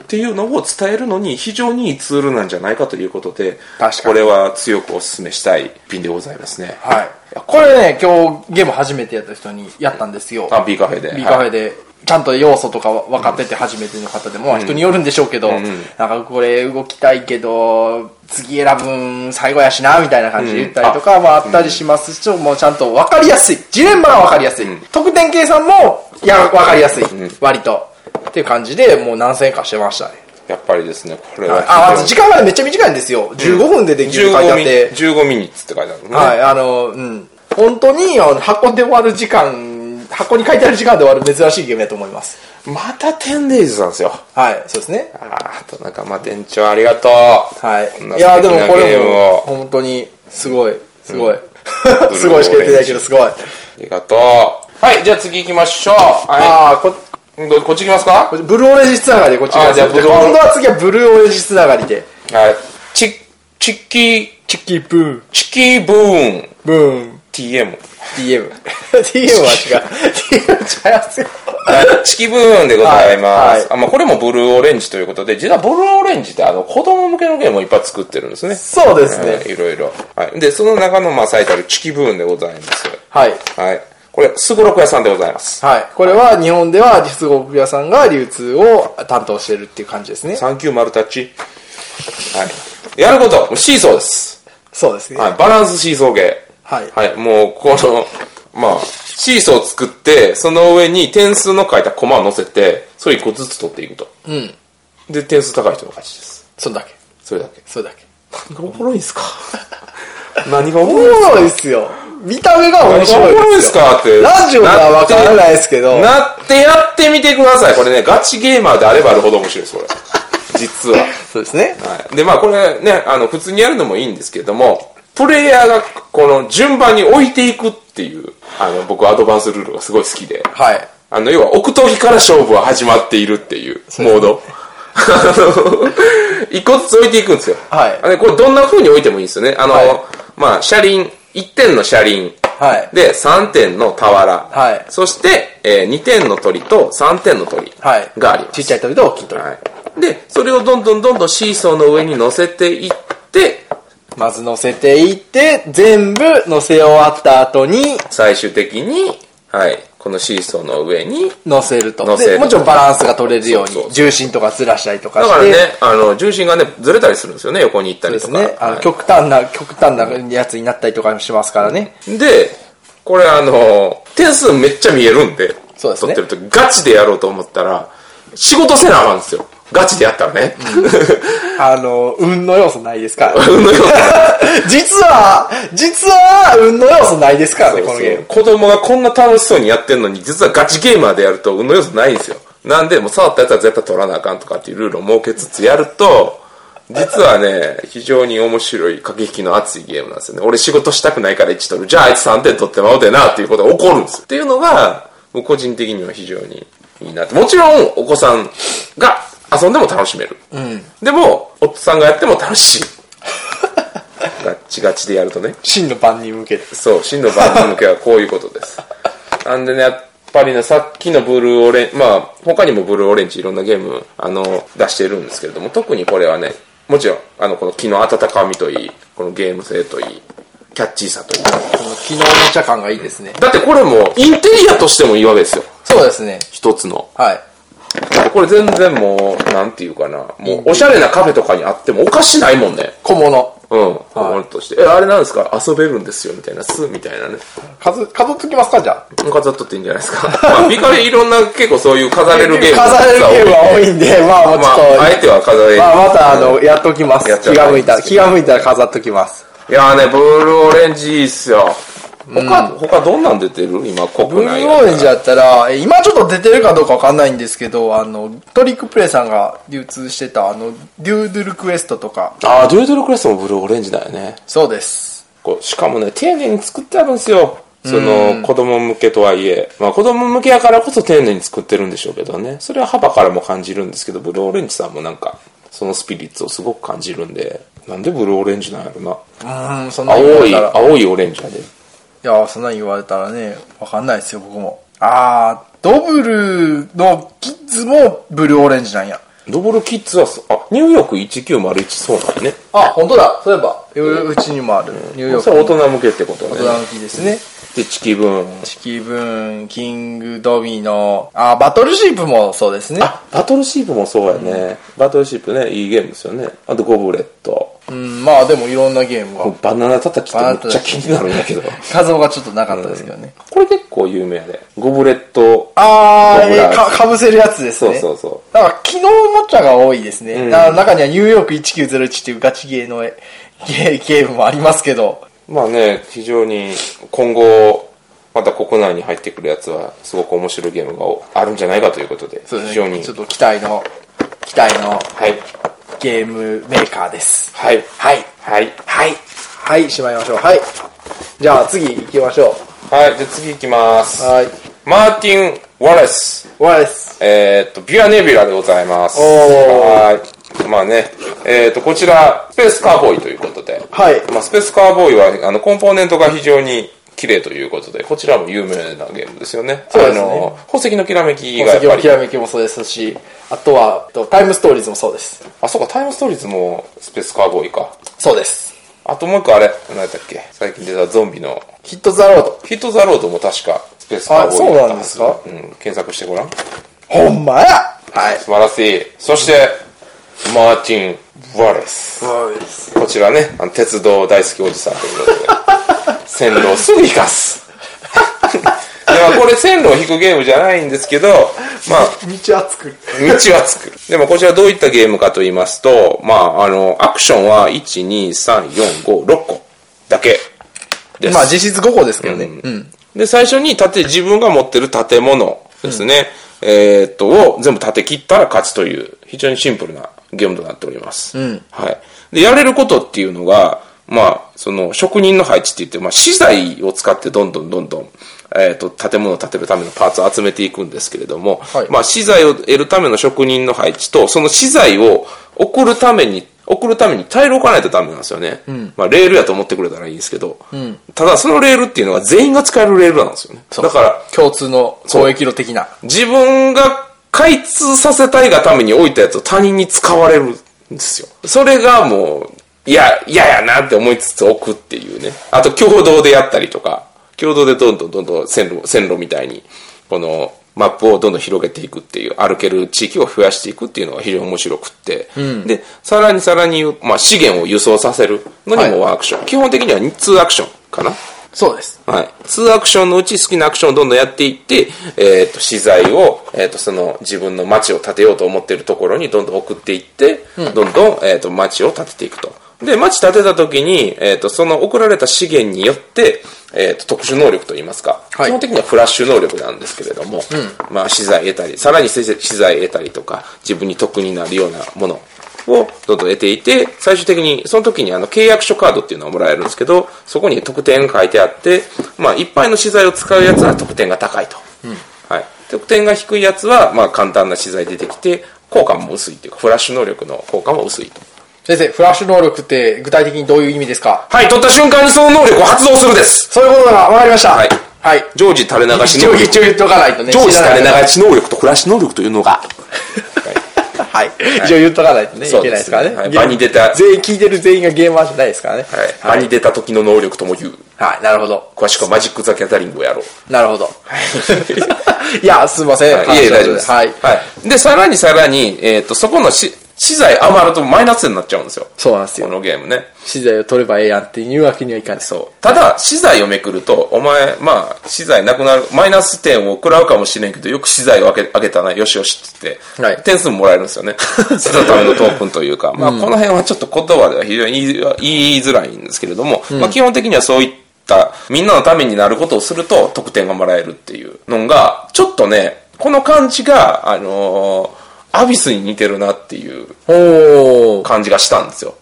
B: ていうのを伝えるのに非常にいいツールなんじゃないかということで、
A: 確かに
B: これは強くお勧めしたいピンでございますね。
A: はい。これね、今日ゲーム初めてやった人にやったんですよ。
B: あ、B カフェで。
A: B カフ
B: はい
A: ェで、ちゃんと要素とかは分かってて初めての方でも、まあ人によるんでしょうけど、なんかこれ動きたいけど、次選ぶん最後やしな、みたいな感じで言ったりとか、まああったりしますし、もうちゃんと分かりやすい。ジレンマは分かりやすい。得点計算も、いや、分かりやすい。割と。っていう感じで、もう何千円かしてましたね。
B: やっぱりですね、これは非常に。
A: あ、まず時間がねめっちゃ短いんですよ。15分でできるって書いてあ
B: 15
A: っ
B: ミニ
A: て。
B: 15ミニッツって書いてあるね。
A: はい、あの、うん。本当に、あの箱で終わる時間、箱に書いてある時間で終わる珍しいゲームだと思います。
B: また 10days なんですよ。
A: はい、そうですね。
B: あー、田中間店長ありがとう。こん
A: は。
B: ない
A: いや、
B: 素
A: で
B: 敵
A: も
B: な
A: こ
B: ゲ
A: れ
B: ーム
A: も、
B: を。
A: 本当に、すごい、すごい。
B: ん
A: すごいしか言ってないけど、すごい。
B: ありがとう。はい、じゃあ次行きましょう。は
A: ああ、こ、
B: い。どこっち行きますか
A: ブルーオレンジつながりでこっちが。
B: あじゃあ
A: 今
B: ブル
A: 度
B: ーオレンジ
A: は次はブルーオレンジつながりで。
B: はい。チ、チッキー、
A: チキプーン、
B: チキーブーン、
A: ブーン、
B: TM。
A: DM。DM は違う。DM 違いますよ。
B: はいチキブーンでございま
A: はいはい
B: す。あまあ、これもブルーオレンジということで、実はブルーオレンジってあの子供向けのゲームをいっぱい作ってるんですね。
A: そうです
B: は
A: ね。
B: い、いろいろ。はい。で、その中のまあ最たるチキブーンでございます。
A: はい。
B: はい。これ、スゴロク屋さんでございます。
A: はい。これは日本では、リスゴク屋さんが流通を担当してるっていう感じですね。
B: サンキューマルタッチ。はい。やること、シーソーです。
A: そうですね。
B: はい。バランスシーソーゲー。
A: はい
B: はい。もう、この、まあ、シーソーを作って、その上に点数の書いたコマを乗せて、それ一個ずつ取っていくと。
A: うん。
B: で、点数高い人の勝ちです。
A: そんだけ。
B: それだけ。
A: それだけ。
B: 何がおもろい んすか何がお
A: お
B: も
A: も
B: ろ
A: ろ
B: い
A: いっすよ。見た目が面
B: 何がおも
A: 白い。
B: ろいんすかって。
A: ラジオではわからないですけど、
B: なってやってみてください。これね、ガチゲーマーであればあるほど面白いで す、これ。実は。
A: そうですね。
B: はい。で、まあこれね、あの、普通にやるのもいいんですけれども、プレイヤーがこの順番に置いていくっていう、あの、僕アドバンスルールがすごい好きで、
A: はい。
B: あの、要は置く時から勝負は始まっているっていうモード。あ の、一個ずつ置いていくんですよ。
A: はい
B: あれ、これどんな風に置いてもいいんですよね。あの、
A: はい
B: まあ、車輪、1点の車輪。
A: はい
B: で、3点の俵。
A: はい
B: そして、えー2点の鳥と3点の鳥。
A: はい。
B: があります。
A: ちっちゃい鳥と大きい鳥。
B: はい。で、それをどんどんどんどんシーソーの上に乗せていって、
A: まず乗せていって、全部乗せ終わった後に
B: 最終的に、はい、このシーソーの上に、
A: 乗せると。
B: 乗せる
A: でもちろんバランスが取れるように、
B: そうそう
A: 重心とかずらしたりとか
B: だ
A: して。
B: からね、あの、重心がね、ずれたりするんですよね、横に行った
A: そう
B: り
A: で
B: と
A: す
B: か。
A: ね。あ
B: は
A: の、極端な、極端なやつになったりとかもしますからね。
B: いで、これあの、点数めっちゃ見えるんで、
A: そうですね
B: 撮ってるとガチでやろうと思ったら、仕事せなあかんですよ。ガチでやったらね。
A: あの、運の要素ないですから。
B: 運の要素
A: 実は、実は運の要素ないですからね、このゲーム。
B: 子供がこんな楽しそうにやってんのに、実はガチゲーマーでやると、運の要素ないんですよ。なんで、もう触ったやつは絶対取らなあかんとかっていうルールを設けつつやると、実はね、非常に面白い、駆け引きの熱いゲームなんですよね。俺仕事したくないから1取る。じゃああいつ3点取ってまうでなっていうことが起こるんですよ。っていうのが、僕個人的には非常にいいなって。もちろん、お子さんが遊んでも楽しめる。でも、夫さんがやっても楽しい。ガッチガチでやるとね。
A: 真の番に向けて。
B: そう、真の番組向けはこういうこと です。なんでね、やっぱりね、さっきのブルーオレン、まあ、他にもブルーオレンジいろんなゲーム、あの、出してるんですけれども、特にこれはね、もちろん、あの、この気の温かみといい、このゲーム性といい、キャッチーさといい。
A: この昨日の茶感がいいですね。
B: だってこれも、インテリアとしてもいいわけですよ。
A: そうですね。
B: 一つの。
A: はい。
B: これ全然もう、なんていうかな、もう、おしゃれなカフェとかにあってもおかしないもんね。
A: 小物。
B: うん、はい、として。え、あれなんですか遊べるんですよ、みたいな、す、みたいなね。
A: 数、数っときますか、じゃあ。
B: 飾っとっていいんじゃないですか。 まあ、ビカレいろんな結構そういう飾れるゲーム。
A: 飾れるゲームは多いんで、まあ、もう
B: ま
A: ちょっと、
B: あ、あえては飾れる。
A: まあ、また、あの、やっときます。
B: やっちゃ
A: 気
B: う
A: が向いたら、気が向いたら飾っときます。
B: いやーね、ブルーオレンジいいっすよ。他、他どんなん出てる今、
A: ブ
B: 国
A: ル
B: 内
A: ー
B: や
A: オレンジだったら、え今ちょっと出てるかどうかわかんないんですけど、あの、トリックプレイさんが流通してた、あの、デュードゥルクエストとか。
B: あー、ドゥルドゥルクレストもブルーオレンジだよね。
A: そうです。
B: こうしかもね、丁寧に作ってあるんですよ。その、子供向けとはいえ。まあ、子供向けやからこそ丁寧に作ってるんでしょうけどね。それは幅からも感じるんですけど、ブルーオレンジさんもなんか、そのスピリッツをすごく感じるんで、なんでブルーオレンジなんやろな。
A: うーん、そんなに言わ
B: 青
A: れ
B: い、
A: たら。
B: 青いオレンジやで。
A: いやそんなに言われたらね、わかんないですよ、僕も。あー、ドブルのキッズもブルーオレンジなんや。
B: ドボルキッズはそ、あ、ニューヨーク1901そうなんやね。
A: あ、本当だ。そういえば。ううちにもある。ニューヨー
B: そ
A: ク
B: れ
A: の
B: は大人向けってことね。
A: 大人向きですね。
B: で、チキブーン。
A: チキブーン、キングドミノ、あ、バトルシープもそうですね。
B: あ、バトルシープもそうやね。バトルシープね、いいゲームですよね。あと、ゴブレット。
A: うん、まあでもいろんなゲームが。
B: バナナ叩きってめっちゃ気になるんだけど。
A: 画像がちょっとなかったですけどね。
B: これ結構有名やで。ゴブレット。
A: あー、
B: 僕ら
A: えか、かぶせるやつです
B: そう
A: ね。
B: そう
A: う。
B: そ
A: だから昨日おもちゃが多いですね。
B: うん
A: な中にはニューヨーク1901っていうガチゲーのえゲーゲームもありますけど。
B: う。まあね、非常に今後、また国内に入ってくるやつは、すごく面白いゲームがあるんじゃないかということで、
A: そうで
B: 非
A: す
B: 常に
A: ね。ちょ。っと期待の、期待の
B: はい。
A: ゲームメーカーです。
B: はい。
A: はい。
B: はい。
A: はい。はい、しまいましょう。はい。じゃあ次行きましょ
B: はい。じゃあ次行きます
A: う。。はい。
B: マーティン・ワレス。
A: 終わりです。
B: えーっと、ビアネビュラでございます。
A: おー
B: はい。まあね、えーっと、こちら、スペースカーボーイということで。
A: はい。
B: まあ、スペースカーボーイはあのコンポーネントが非常に綺麗ということで、こちらも有名なゲームですよね。
A: そうですね
B: あの宝石のきらめき
A: 宝
B: がやっ
A: 石
B: ぱ
A: のき
B: り。
A: らめきもそうですし、あとは、とタイムストーリーズもそうです。
B: あ、そうか、タイムストーリーズもスペースカーボーイか。
A: そうです。
B: あともう一個あれ、何だったっけ最近出たゾンビの
A: ヒットザロード。
B: ヒット・ザ・ロードも確かスペースカーボーイ
A: あそう
B: だっ
A: な
B: た
A: ん
B: は
A: ですか
B: うん、検索してごらん。
A: ほんまやはい。
B: 素晴らしい。そして、マーティン・ワレス。
A: そうです。
B: こちらね、あの鉄道大好きおじさんという ことで、線路をすぐ引かす。でまあこれ線路を引くゲームじゃないんですけど、まあ、
A: 道は作る。
B: 道は作る。でもこちらどういったゲームかと言いますと、まあ、あの、アクションは1、2、3、4、5、6個だけです。
A: まあ実質5個ですけどね。うん。
B: で、最初に建て、自分が持ってる建物ですね。えーっと、を全部建て切ったら勝ちという、非常にシンプルなゲームとなっております。はい。で、やれることっていうのが、まあ、その、職人の配置って言って、まあ、資材を使ってどんどんどんどん、えーっと、建物を建てるためのパーツを集めていくんですけれども、
A: はい
B: まあ、資材を得るための職人の配置と、その資材を送るために、送るためにタイルを置かないとダメなんですよね。まあ、レールやと思ってくれたらいいんですけど、ただそのレールっていうのは全員が使えるレールなんですよね。だから、
A: 共通の交易路的な。
B: 自分が開通させたいがために置いたやつを他人に使われるんですよ。それがもう、いや、嫌やなって思いつつ置くっていうね。あと共同でやったりとか、共同でどんどんどんどん線路、線路みたいに、このマップをどんどん広げていくっていう、歩ける地域を増やしていくっていうのが非常に面白くって。で、さらにさらに、まあ、資源を輸送させるのにもワークション。基本的には2アクションかな。
A: そうです。
B: はい。2アクションのうち好きなアクションをどんどんやっていって、えっ、と、資材を、えっ、と、その自分の街を建てようと思っているところにどんどん送っていって、どんどん、えっ、と、街を建てていくと。で、街建てた時に、えっ、と、その送られた資源によって、えっ、と、特殊能力といいますか、
A: はい
B: 基本的にはフラッシュ能力なんですけれども、まあ、資材得たり、さらに資材得たりとか、自分に得になるようなものをどんどん得ていて、最終的に、その時にあの契約書カードっていうのをもらえるんですけど、そこに特典書いてあって、まあいっぱいの資材を使うやつは特典が高いと。はい。特典が低いやつは、まあ簡単な資材出てきて、効果も薄いっていうか、フラッシュ能力の効果も薄いと。
A: 先生、フラッシュ能力って具体的にどういう意味ですか
B: はい、取った瞬間にその能力を発動するです。
A: そういうことだ。わかりました。
B: はい
A: はい。
B: 常時垂れ流し
A: 一
B: 能
A: 応
B: 力。
A: 一応言っておかないとね。
B: 常時垂れ
A: 知らない
B: 流し能力とフラッシュ能力というのが、
A: からはい。一応言っとかないとね、い
B: そう
A: け
B: ですね
A: ないですからね。
B: は
A: ゲー
B: い
A: ム
B: 場に出た
A: 全員聞いてる全員がゲーマーじゃないですからね。
B: はい、場に出た時の能力とも言う。
A: はい、なるほど。
B: 詳しくはマジック・ザ・ギャザリングをやろう。
A: なるほど。 いや、すいません。
B: はい、いえ、大丈夫です。
A: はい。
B: はい。で、さらにさらに、えっ、と、そこのし資材余るとマイナスになっちゃうんですよ。
A: そうなんですよ
B: このゲームね。
A: 資材を取ればええやんっていうわけにはいかない。
B: そう。ただ、資材をめくると、お前、まあ、資材なくなる、マイナス点を食らうかもしれんけど、よく資材を上げ上げたな、よしよしって言っ
A: は
B: て、
A: い
B: 点数ももらえるん ですよね。そのためのトークンというか、まあ、この辺はちょっと言葉では非常に言い言いづらいんですけれども、まあ、基本的にはそういった、みんなのためになることをすると、得点がもらえるっていうのが、ちょっとね、この感じが、あのーアビスに似てるなっていう
A: おー。
B: 感じがしたんですよ。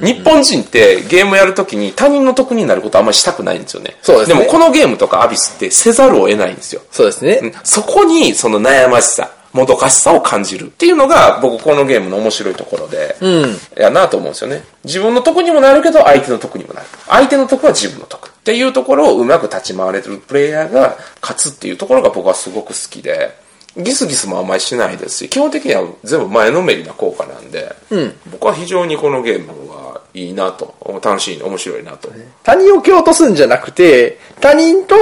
B: 日本人ってゲームやるときに他人の得になることあんまりしたくないんですよね。
A: そうですね
B: もこのゲームとかアビスってせざるを得ないんですよ。
A: そうですね。
B: うんそこにその悩ましさ、もどかしさを感じるっていうのが僕このゲームの面白いところで、やなと思うんですよね。自分の得にもなるけど相手の得にもなる。相手の得は自分の得っていうところをうまく立ち回れてるプレイヤーが勝つっていうところが僕はすごく好きで、ギスギスもあんまりしないですし、基本的には全部前のめりな効果なんで、僕は非常にこのゲームはいいなと、楽しい、面白いなと。
A: 他人を蹴落とすんじゃなくて、他人と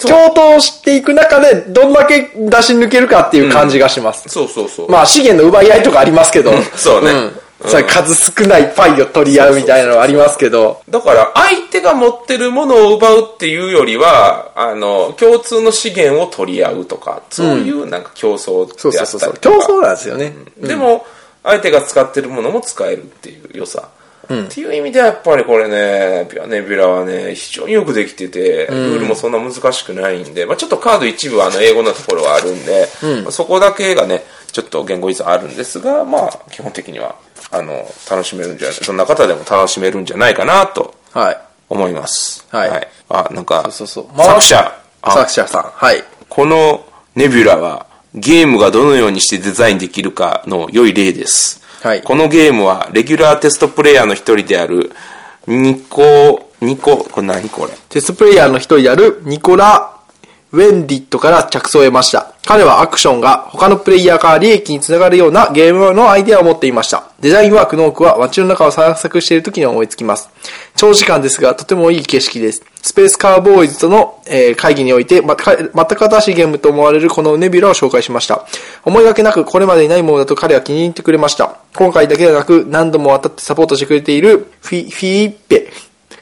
A: 共闘していく中で、どんだけ出し抜けるかっていう感じがします。
B: そうそうそう。
A: まあ、資源の奪い合いとかありますけど。
B: そうね
A: んそれ数少ないパイを取り合うみたいなのありますけど。
B: だから、相手が持ってるものを奪うっていうよりは、あの、共通の資源を取り合うとか、そういうなんか競争
A: そう
B: であ
A: そうそ
B: っ
A: う
B: た
A: そ
B: り
A: う。
B: と
A: 競
B: か。
A: 争なんですよね。
B: でも、相手が使ってるものも使えるっていう良さ。っていう意味ではやっぱりこれね、ビアネビュラはね、非常によくできてて、ルールもそんな難しくないんで、まあちょっとカード一部はあの英語のところはあるんで、まあそこだけがね、ちょっと言語依存あるんですが、まあ基本的には、あの、楽しめるんじゃない、どんな方でも楽しめるんじゃないかなと
A: はい。
B: 思います。
A: はい
B: あ、なんか、
A: そうそうそう
B: 作者、あ
A: 作者さん。はい。
B: このネビュラは、ゲームがどのようにしてデザインできるかの良い例です。
A: はい
B: このゲームは、レギュラーテストプレイヤーの一人である、ニコ、ニコ、これ何これ
A: テストプレイヤーの一人であるニコラ・ウェンディットから着想を得ました。彼はアクションが他のプレイヤーから利益につながるようなゲームのアイデアを持っていました。デザインワークの多くは街の中を散策している時に思いつきます。長時間ですが、とてもいい景色です。スペースカーボーイズとの、えー会議において、ま、か全く新しいゲームと思われるこのネビュラを紹介しました。思いがけなくこれまでにないものだと彼は気に入ってくれました。今回だけではなく何度もわたってサポートしてくれているフィ、フィーペ、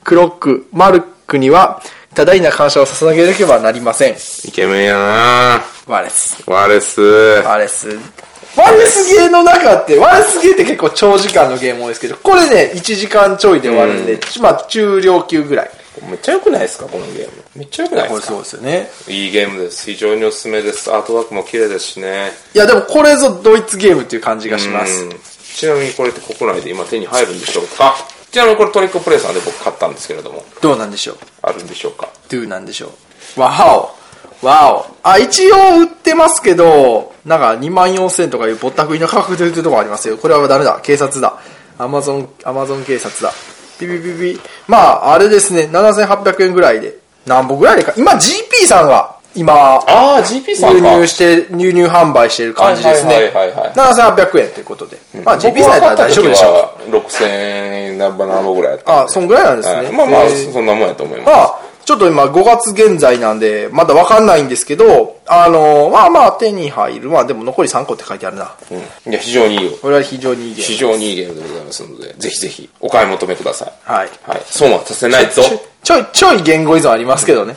A: クロック、マルクには、多大な感謝を捧げなければなりません。
B: イケメンやな
A: ワレス。
B: ワレス。
A: ワレス。ワレスゲーの中って、ワレスゲーって結構長時間のゲーム多いですけど、これね、1時間ちょいで終わるんで、まあ中量級ぐらい。
B: めっちゃ良くないですかこのゲーム。めっちゃ良くないですか
A: うですよね。
B: いいゲームです。非常におすすめです。アートワークも綺麗ですしね。
A: いやでもこれぞドイツゲームっていう感じがします。
B: うんちなみにこれって国内で今手に入るんでしょうかちなみにこれトリックプレイさんで僕買ったんですけれども、
A: どうなんでしょう
B: あるんでしょうか
A: ?do なんでしょうわおわおあ、一応売ってますけど、なんか2万4000とかいうぼったくりの価格で売ってるとこありますよ。これはダメだ。警察だ。アマゾン、アマゾン警察だ。ビビビビ。まあ、あれですね。7800円ぐらいで。何本ぐらいでか。今 GP さんが、今、
B: ああ、GP さん
A: 輸
B: か。
A: 入して、輸入販売してる感じですね。
B: はいはいはいはい
A: 7800円ということで。まあ GP さんやったら大丈夫でしょう。
B: う。6000円何本何本ぐらいやったんで
A: あ、そんぐらいなんです
B: は
A: ね。
B: いまあまあ、
A: えー
B: そんなもんやと思います。
A: まあ、ちょっと今5月現在なんで、まだわかんないんですけど、あのーまあまあ手に入る。まあでも残り3個って書いてあるな。
B: うんいや、非常にいいよ。
A: これは非常にいいゲーム。
B: 非常にいいゲームでございますので、ぜひぜひお買い求めください。
A: はい
B: はい。損はさせないぞ。
A: ちょい、ちょい言語依存ありますけどね。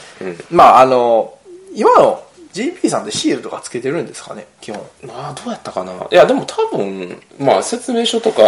A: まああのー今の GP さんってシールとかつけてるんですかね、基本。
B: まあ、どうやったかな。いや、でも多分、まあ、説明書とか、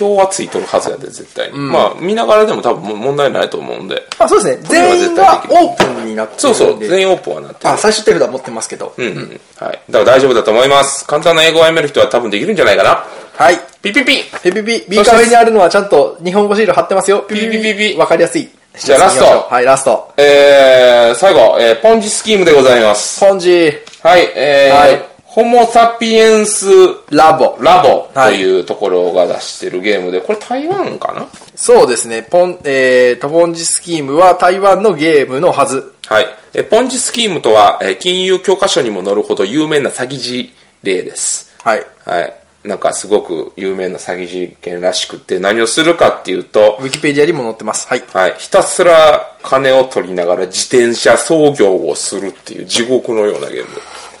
B: 表はついとるはずやで、絶対に。まあ、見ながらでも多分問題ないと思うんで。
A: あ、そうですね。
B: れは
A: 全員
B: 絶
A: が
B: 対できる
A: オープンになってるんで。
B: そうそう、全員オープンはなってる
A: あ、最終手札持ってますけど。
B: うん、うん。はい。だから大丈夫だと思います。簡単な英語を読める人は多分できるんじゃないかな。
A: はい。
B: ピピピ
A: ピピピ、B カフェにあるのはちゃんと日本語シール貼ってますよ。ピピピ
B: ピピピ
A: わかりやすい。
B: じゃあラスト
A: はい、ラスト。
B: えー、最後、えー、ポンジスキームでございます。
A: ポンジ、
B: はい、えー
A: はい
B: ホモ・サピエンス・
A: ラボ。
B: ラボというところが出してるゲームで、これ台湾かな
A: そうですね。ポン、えー、と、ポンジスキームは台湾のゲームのはず。
B: はい。え、ポンジスキームとは、えー金融教科書にも載るほど有名な詐欺事例です。
A: はい。
B: はい。なんかすごく有名な詐欺事件らしくて、何をするかっていうと
A: ウ、ィキペディアにも載ってます。はい。
B: はい。ひたすら金を取りながら自転車操業をするっていう地獄のようなゲーム。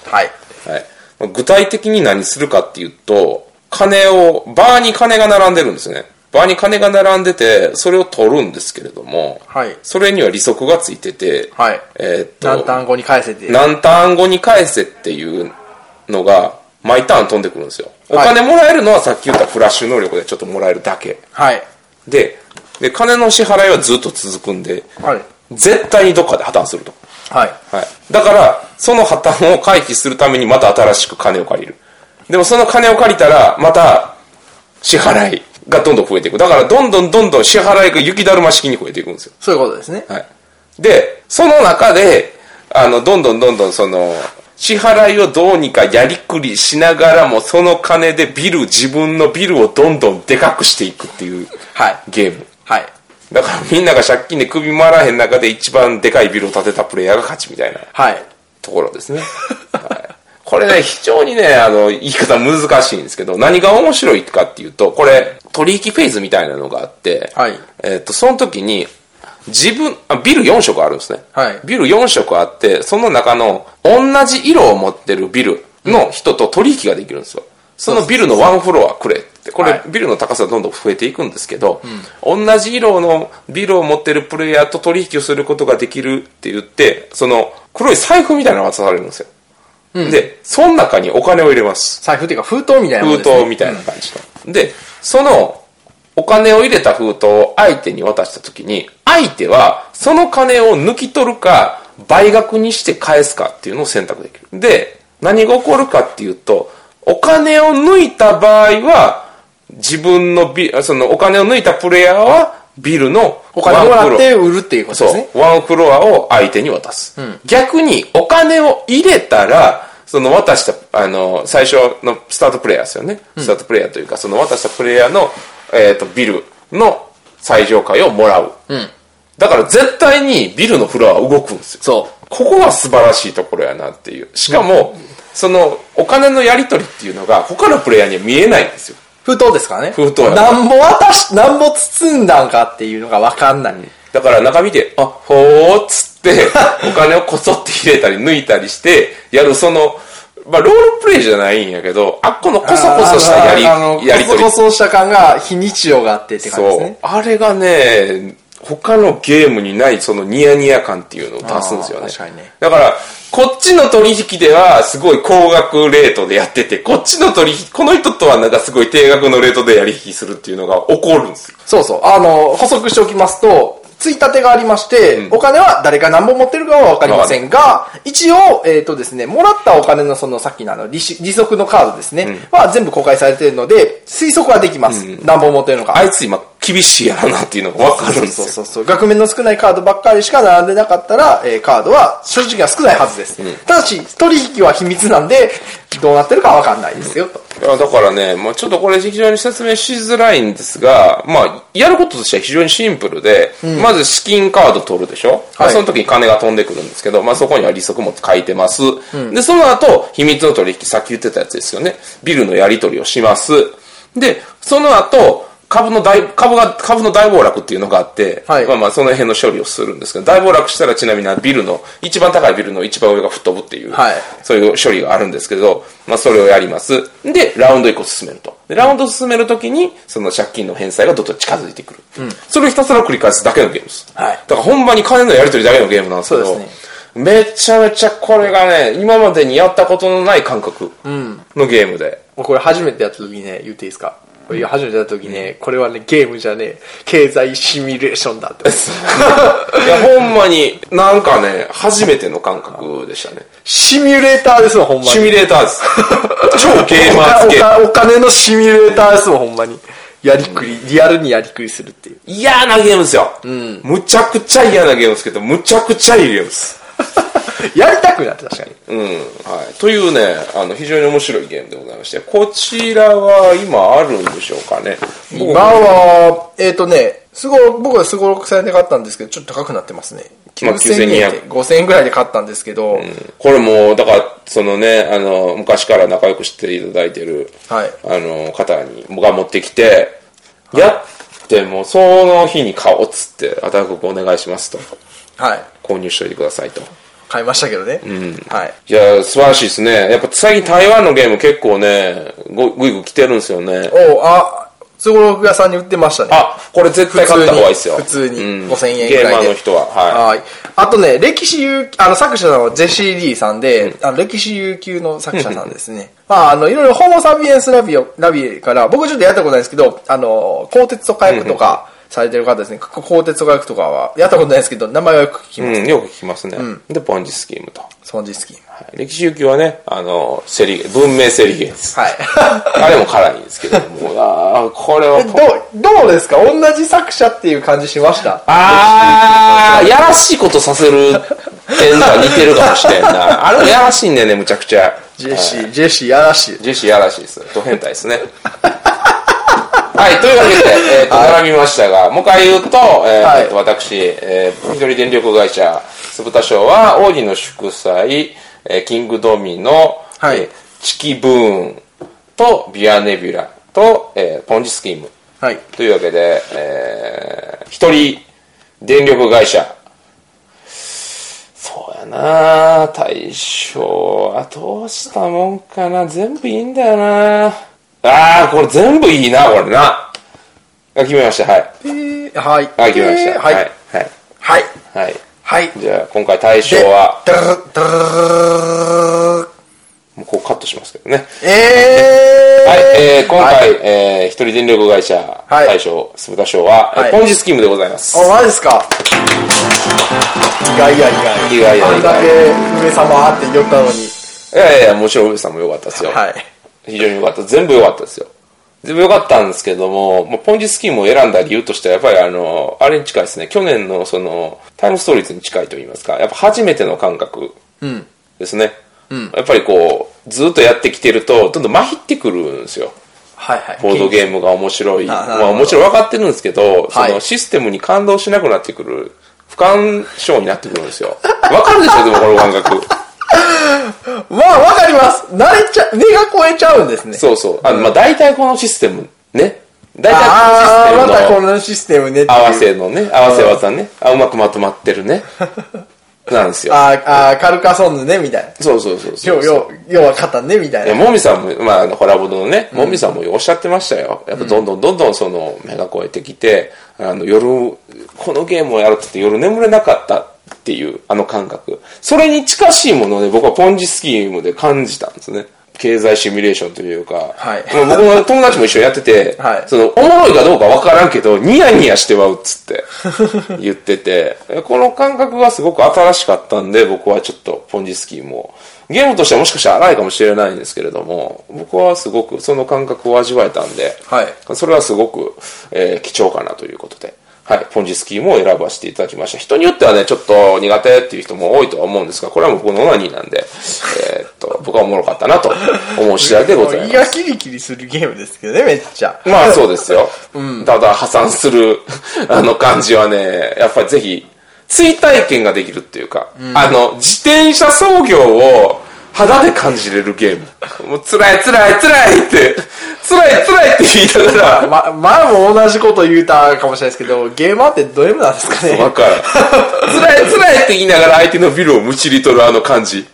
A: はい。
B: はい。具体的に何するかっていうと、金を、バーに金が並んでるんですね。バーに金が並んでて、それを取るんですけれども、
A: はい
B: それには利息がついてて、
A: はい
B: えーっと、
A: 何単語に返せて。
B: 何ターン後に返せっていうのが、毎ターン飛んでくるんですよ。お
A: はい
B: 金もらえるのはさっき言ったフラッシュ能力でちょっともらえるだけ。
A: はい。
B: で、で、金の支払いはずっと続くんで、
A: はい。
B: 絶対にどっかで破綻すると。
A: はい。
B: はい。だから、その破綻を回避するためにまた新しく金を借りる。でもその金を借りたら、また支払いがどんどん増えていく。だから、どんどんどんどん支払いが雪だるま式に増えていくんですよ。
A: そういうことですね。
B: はい。で、その中で、あの、どんどんどんどんその、支払いをどうにかやりくりしながらも、その金でビル、自分のビルをどんどんでかくしていくっていう
A: はい。
B: ゲーム。
A: はい。
B: だからみんなが借金で首回らへん中で一番でかいビルを建てたプレイヤーが勝ちみたいな。
A: はい。
B: ところですね。はいこれね、非常にね、あの、言い方難しいんですけど、何が面白いかっていうと、これ、取引フェーズみたいなのがあって、
A: はい
B: えっと、その時に、自分あ、ビル4色あるんですね。
A: はい
B: ビル4色あって、その中の、同じ色を持ってるビルの人と取引ができるんですよ。そのビルのワンフロアくれって。こ
A: は
B: れ
A: い、
B: ビルの高さどんどん増えていくんですけど、同じ色のビルを持ってるプレイヤーと取引をすることができるって言って、その黒い財布みたいなのが渡されるんですよ。で、その中にお金を入れます。
A: 財布っていうか封筒みたいなも
B: 封
A: のです、ね。
B: 筒みたいな感じの。で、そのお金を入れた封筒を相手に渡した時に、相手はその金を抜き取るか、倍額にして返すかっていうのを選択できる。で、何が起こるかっていうと、お金を抜いた場合は、自分のビ、そのお金を抜いたプレイヤーは、ビルの
A: お金も
B: ワン
A: ら
B: フロ
A: っ
B: ア
A: て売るっていうことですね。
B: そう。ワンフロアを相手に渡す。逆に、お金を入れたら、その渡した、あの、最初のスタートプレイヤーですよね。スタートプレイヤーというか、その渡したプレイヤーの、えっ、と、ビルの最上階をもらう。だから絶対にビルのフロアは動くんですよ。
A: そう。
B: ここは素晴らしいところやなっていう。しかも、その、お金のやり取りっていうのが、他のプレイヤーには見えないんですよ。
A: 封筒ですからね。
B: 封筒や
A: なんぼ渡し、なんぼ包んだんかっていうのがわかんない。
B: だから中見て、あ、ほーっつ って、お金をこそって入れたり抜いたりして、やるその、まあ、ロールプレイじゃないんやけど、あっこのこそこそしたやり、
A: あの
B: やりとり。
A: こそこそした感が、非日常があってって感じです
B: そう
A: ね。。
B: あれがね、他のゲームにないそのニヤニヤ感っていうのを出すんですよ
A: あ
B: ね。
A: ー確かにね
B: だから、こっちの取引ではすごい高額レートでやってて、こっちの取引、この人とはなんかすごい低額のレートでやり引きするっていうのが起こるんですよ。
A: そうそう。あの、補足しておきますと、ついたてがありまして、お金は誰が何本持ってるかはわかりませんが、一応、えっ、とですね、もらったお金のそのさっきのあの利子、利息のカードですね、は全部公開されているので、推測はできます。何本持ってるのか。
B: あいつ今厳しいやろなっていうのがわかるんです
A: そう
B: よ。
A: そうそう。額面の少ないカードばっかりしか並んでなかったら、えーカードは正直は少ないはずです。ただし、取引は秘密なんで、どうなってるかわかんないですよ、と。
B: いやだからね、まあ、ちょっとこれ非常に説明しづらいんですが、まあ、やることとしては非常にシンプルで、まず資金カード取るでしょ、まあその時に金が飛んでくるんですけど、まあ、そこには利息も書いてます、で、その後、秘密の取引、さっき言ってたやつですよね。ビルのやり取りをします。で、その後、株の大、株が、株の大暴落っていうのがあって、
A: はい
B: まあまあその辺の処理をするんですけど、大暴落したらちなみにビルの、一番高いビルの一番上が吹っ飛ぶっていう、
A: はい
B: そういう処理があるんですけど、まあ、それをやります。で、ラウンド1個進めると。で、ラウンド進めるときに、その借金の返済がどんどん近づいてくる。それをひたすら繰り返すだけのゲームです。
A: はい
B: だから、ほんまに金のやり取りだけのゲームなんですけど、
A: そうですね
B: めちゃめちゃこれがね、今までにやったことのない感覚のゲームで。
A: もうこれ初めてやった時ね、言っていいですかこれ初めてやった時ね、これはね、ゲームじゃねえ、経済シミュレーションだって。
B: いや、ほんまに、なんかね、初めての感覚でしたね。
A: シミュレーターですもん、ほんまに。
B: シミュレータ ーです。超ゲーマー付け
A: お。金お金お金のシミュレーターですもん、ほんまに。やりくり、リアルにやりくりするっていう。
B: 嫌なゲームですよ。むちゃくちゃ嫌なゲームですけど、むちゃくちゃいいゲームです。
A: やりたくなって、確かに。
B: うん。はい。というね、あの、非常に面白いゲームでございまして、こちらは今あるんでしょうかね。僕
A: 今は、えっ、とね、すごい、僕はすごろくされて買ったんですけど、ちょっと高くなってますね。
B: まあ
A: 9000円で
B: 9200
A: 5000円ぐらいで買ったんですけど、
B: これもう、だから、そのね、あの、昔から仲良く知っていただいてる、
A: はい
B: あの、方に、僕が持ってきて、やっても、その日に買おうっつって、アタック君お願いしますと。
A: はい。
B: 購入しておいてくださいと。
A: 買いましたけどね。はい。
B: いや、素晴らしいですね。やっぱ最近台湾のゲーム結構ね、ごぐいぐい来てるんですよね。
A: おうあ、すごろく屋さんに売ってましたね。
B: あ、これ絶対買った方がいいですよ。
A: 普通に
B: う
A: 5000円
B: ん
A: ぐらいで
B: ゲーマーの人は。は
A: はい。あとね、歴史有、あの、作者のジェシー・リーさんで、あの、歴史悠久の作者さんですね。まあ、あの、いろいろホモ・サビエンスラビオ、ラビエから、僕ちょっとやったことないですけど、あの、鋼鉄と火薬とかされてる方ですね。鋼鉄と火薬とかは、やったことないですけど、名前はよく聞き
B: い。
A: ます。
B: うん、よく聞きますね。で、ポンジスキームと。
A: その実績。
B: はい歴史有給はね、あの、セリゲ、文明セリゲです。
A: はい。
B: あれも辛いんですけど も、あーこれは
A: え、どう、どうですか同じ作者っていう感じしました
B: あー、やらしいことさせる点が似てるかもしれんな。あれもやらしいんだよね、むちゃくちゃ。
A: ジェシー、ジェシーやらしい。
B: ジェシーやらしいです。ド変態ですね。はい、というわけで、えーと並びましたが、もう一回言うと、えー
A: はい
B: えーと私、えー、緑電力会社、酢豚賞は、王子の祝祭、えーキングドミノ、
A: はい
B: えーチキブーンと、ビアネビュラと、えーポンジスキーム。
A: はい。
B: というわけで、えー、一人、電力会社。そうやな大将はどうしたもんかな全部いいんだよなあー、これ全部いいな、これな。あ決めました、はい。
A: えーはい。
B: はい、決めました。
A: は
B: はいい。。はい。
A: はい。
B: はい。
A: はい。
B: じゃあ、今回大将は、
A: ダラダラ
B: もうこうカットしますけどね。
A: えー
B: はい、えー、今回、えー、一ー一人電力会社
A: はい
B: 大賞、住田賞は、えー
A: はい
B: ポンジスキームでございます。
A: あ、マジっすか意外や意外。
B: 意外や
A: あんだけ上様って言ったのに。
B: いやいやいや、もちろん上さんも良かったですよ。
A: はい。
B: 非常に良かった。全部良かったですよ。全部良かったんですけども、まあ、ポンジスキームを選んだ理由としては、やっぱりあの、あれに近いですね。去年のその、タイムストーリーズに近いと言いますか、やっぱ初めての感覚
A: うん。
B: ですね。やっぱりこう、ずっとやってきてると、どんどんまひってくるんですよ。
A: はいはい。
B: ボードゲームが面白い。
A: ななるほ
B: まあ
A: ど
B: もちろん分かってるんですけど、
A: はい
B: そのシステムに感動しなくなってくる、不感症になってくるん ですよ。分かるでしょ、でもこの感覚。
A: まあ、わかります。慣れちゃ、目が超えちゃうんですね。
B: そうそう。あの、まあ大体このシステム、ね。大
A: あ
B: 体
A: あ、
B: こ
A: ま
B: のシス
A: た
B: テム
A: このシステムね
B: の
A: っていう。
B: 合わせのね、合わせ技ね。あ、うまくまとまってる ね。なんですよ。
A: あーあー、カルカソンヌね、みたいな。
B: そうそうそうそ
A: 要
B: う。
A: 要要は肩ね、みた
B: いや、
A: いな。
B: もみさんも、まああの、ホラボドのね、もみさんもおっしゃってましたよ。やっぱどんどんどんどんその、目が超えてきて、あの、夜、このゲームをやるって夜眠れなかったっていう、あの感覚。それに近しいもので、僕はポンジスキームで感じたんですね。経済シミュレーションというか、
A: はい
B: もう僕の友達も一緒にやって て、
A: はい
B: その、おもろいかどうかわからんけど、ニヤニヤしてまうっつ って、言ってて、この感覚がすごく新しかったんで、僕はちょっと、ポンジスキーも、ゲームとしてはもしかしたら荒いかもしれないんですけれども、僕はすごくその感覚を味わえたんで、
A: はい。
B: それはすごく、えー貴重かなということで、はい、ポンジスキームを選ばせていただきました。人によってはね、ちょっと苦手っていう人も多いとは思うんですが、これはもう僕のオナニーなんで、えーっと、僕はおもろかったなと思う次第でございます
A: 胃。がキリキリするゲームですけどね、めっちゃ。
B: まあそうですよ。ただ破産す るあの感じはね、やっぱりぜひ、追体験ができるっていうか、あの、自転車操業を肌で感じれるゲーム。もう辛い辛い辛いって、辛い辛いって言いなが ら、
A: ま、前も同じこと言うたかもしれないですけど、ゲーマーってド M なんですかね
B: わかる。 辛い辛いって言いながら相手のビルをむちり取るあの感じ。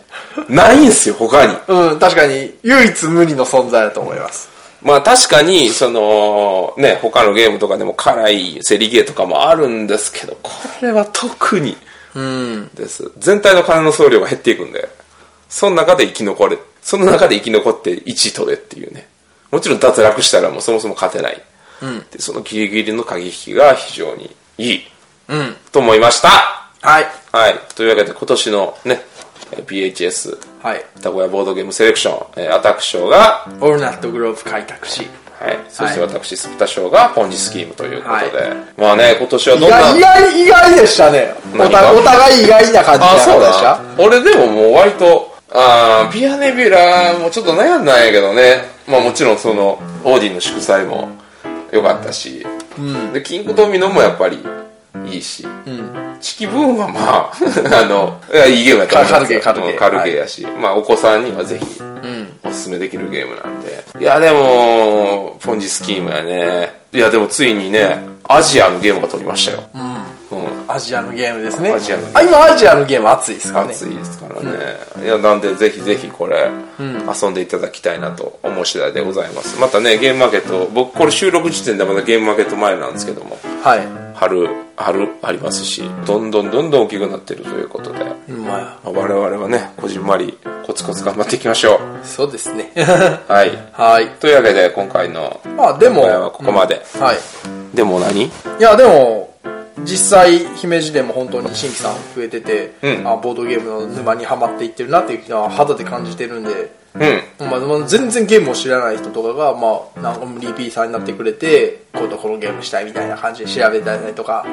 B: ないんすよ、他に。
A: うん、確かに、唯一無二の存在だと思います。
B: まあ確かに、その、ね、他のゲームとかでも辛いセリゲーとかもあるんですけど、これは特に、です。全体の金の総量が減っていくんで、その中で生き残れ、その中で生き残って1取れっていうね。もちろん脱落したらもうそもそも勝てない。で、そのギリギリの鍵引きが非常にいい。
A: ん
B: と思いました
A: はい。
B: はい。というわけで今年のね、PHS、
A: はい。
B: たこやボードゲームセレクション、えーアタック賞が、
A: オールナットグローブ開拓し。
B: はい、そして私、スプタ賞がポンジスキームということで、
A: は
B: まあね、今年はど
A: 意
B: んな、
A: 外、意外、意外でしたね。お
B: 何
A: た
B: が
A: お互い意外な感じ
B: あ、
A: じゃな
B: そう
A: いでし
B: だ
A: た
B: な、俺でももう割と、あーピアネビュラもちょっと悩んだんやけどね、まあもちろんその、オーディンの祝祭も良かったし、で、キングトミノもやっぱりいいし、チキブーンはまあ、 あの、いや、いいゲームやった
A: 軽ゲー軽ゲー
B: うん軽ゲーやし、まあお子さんにはぜひ、おすすめできるゲームなんで。いや、でも、ポンジスキームやね。いや、でもついにね、アジアのゲームが取りましたよ。うん
A: アジアのゲームですね。
B: アジアのゲー
A: あ、今アジアのゲーム熱いですかね。
B: 暑いですからね、いやなんでぜひぜひこれ、遊んでいただきたいなと思う次第でございますまたねゲームマーケット僕これ収録時点でまだゲームマーケット前なんですけども
A: はい。
B: 春春ありますしどんどんどんどん大きくなってるということで、
A: う
B: ま
A: まあ、
B: あ我々はねこじんまりコツコツ頑張っていきましょう
A: そうですね。
B: はい
A: はい。
B: というわけで今回の
A: まあ、でも、
B: 今回はここまで、
A: うんはい。
B: でも何
A: いや、でも、実際、姫路でも本当に新規さん増えてて、
B: うん
A: あボードゲームの沼にはまっていってるなっていうのは肌で感じてるんで、
B: うん
A: まあ、まあ全然ゲームを知らない人とかが、まあ、なんかリピーターになってくれて、今度このゲームしたいみたいな感じで調べたりとか、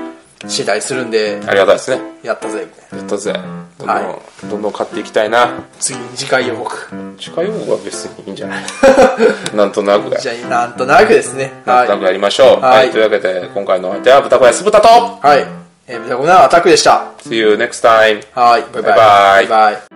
A: したりするんで、
B: ありがたいですね
A: やったぜ、みたいな。
B: やったぜどんどん、
A: は
B: どんどん買っていきたいな
A: 次、次回予告。
B: 近い方が別にいいんじ ゃないなんとなくや
A: じゃあ、なんとなくですね。はい。
B: なんとなくやりましょう。は
A: はい
B: い。というわけで、今回のお相手は豚小屋酢豚と
A: はい。えー、豚コナアタックでした。
B: !See you next time!
A: はい。バイバイ。
B: バイバイ
A: バイバイ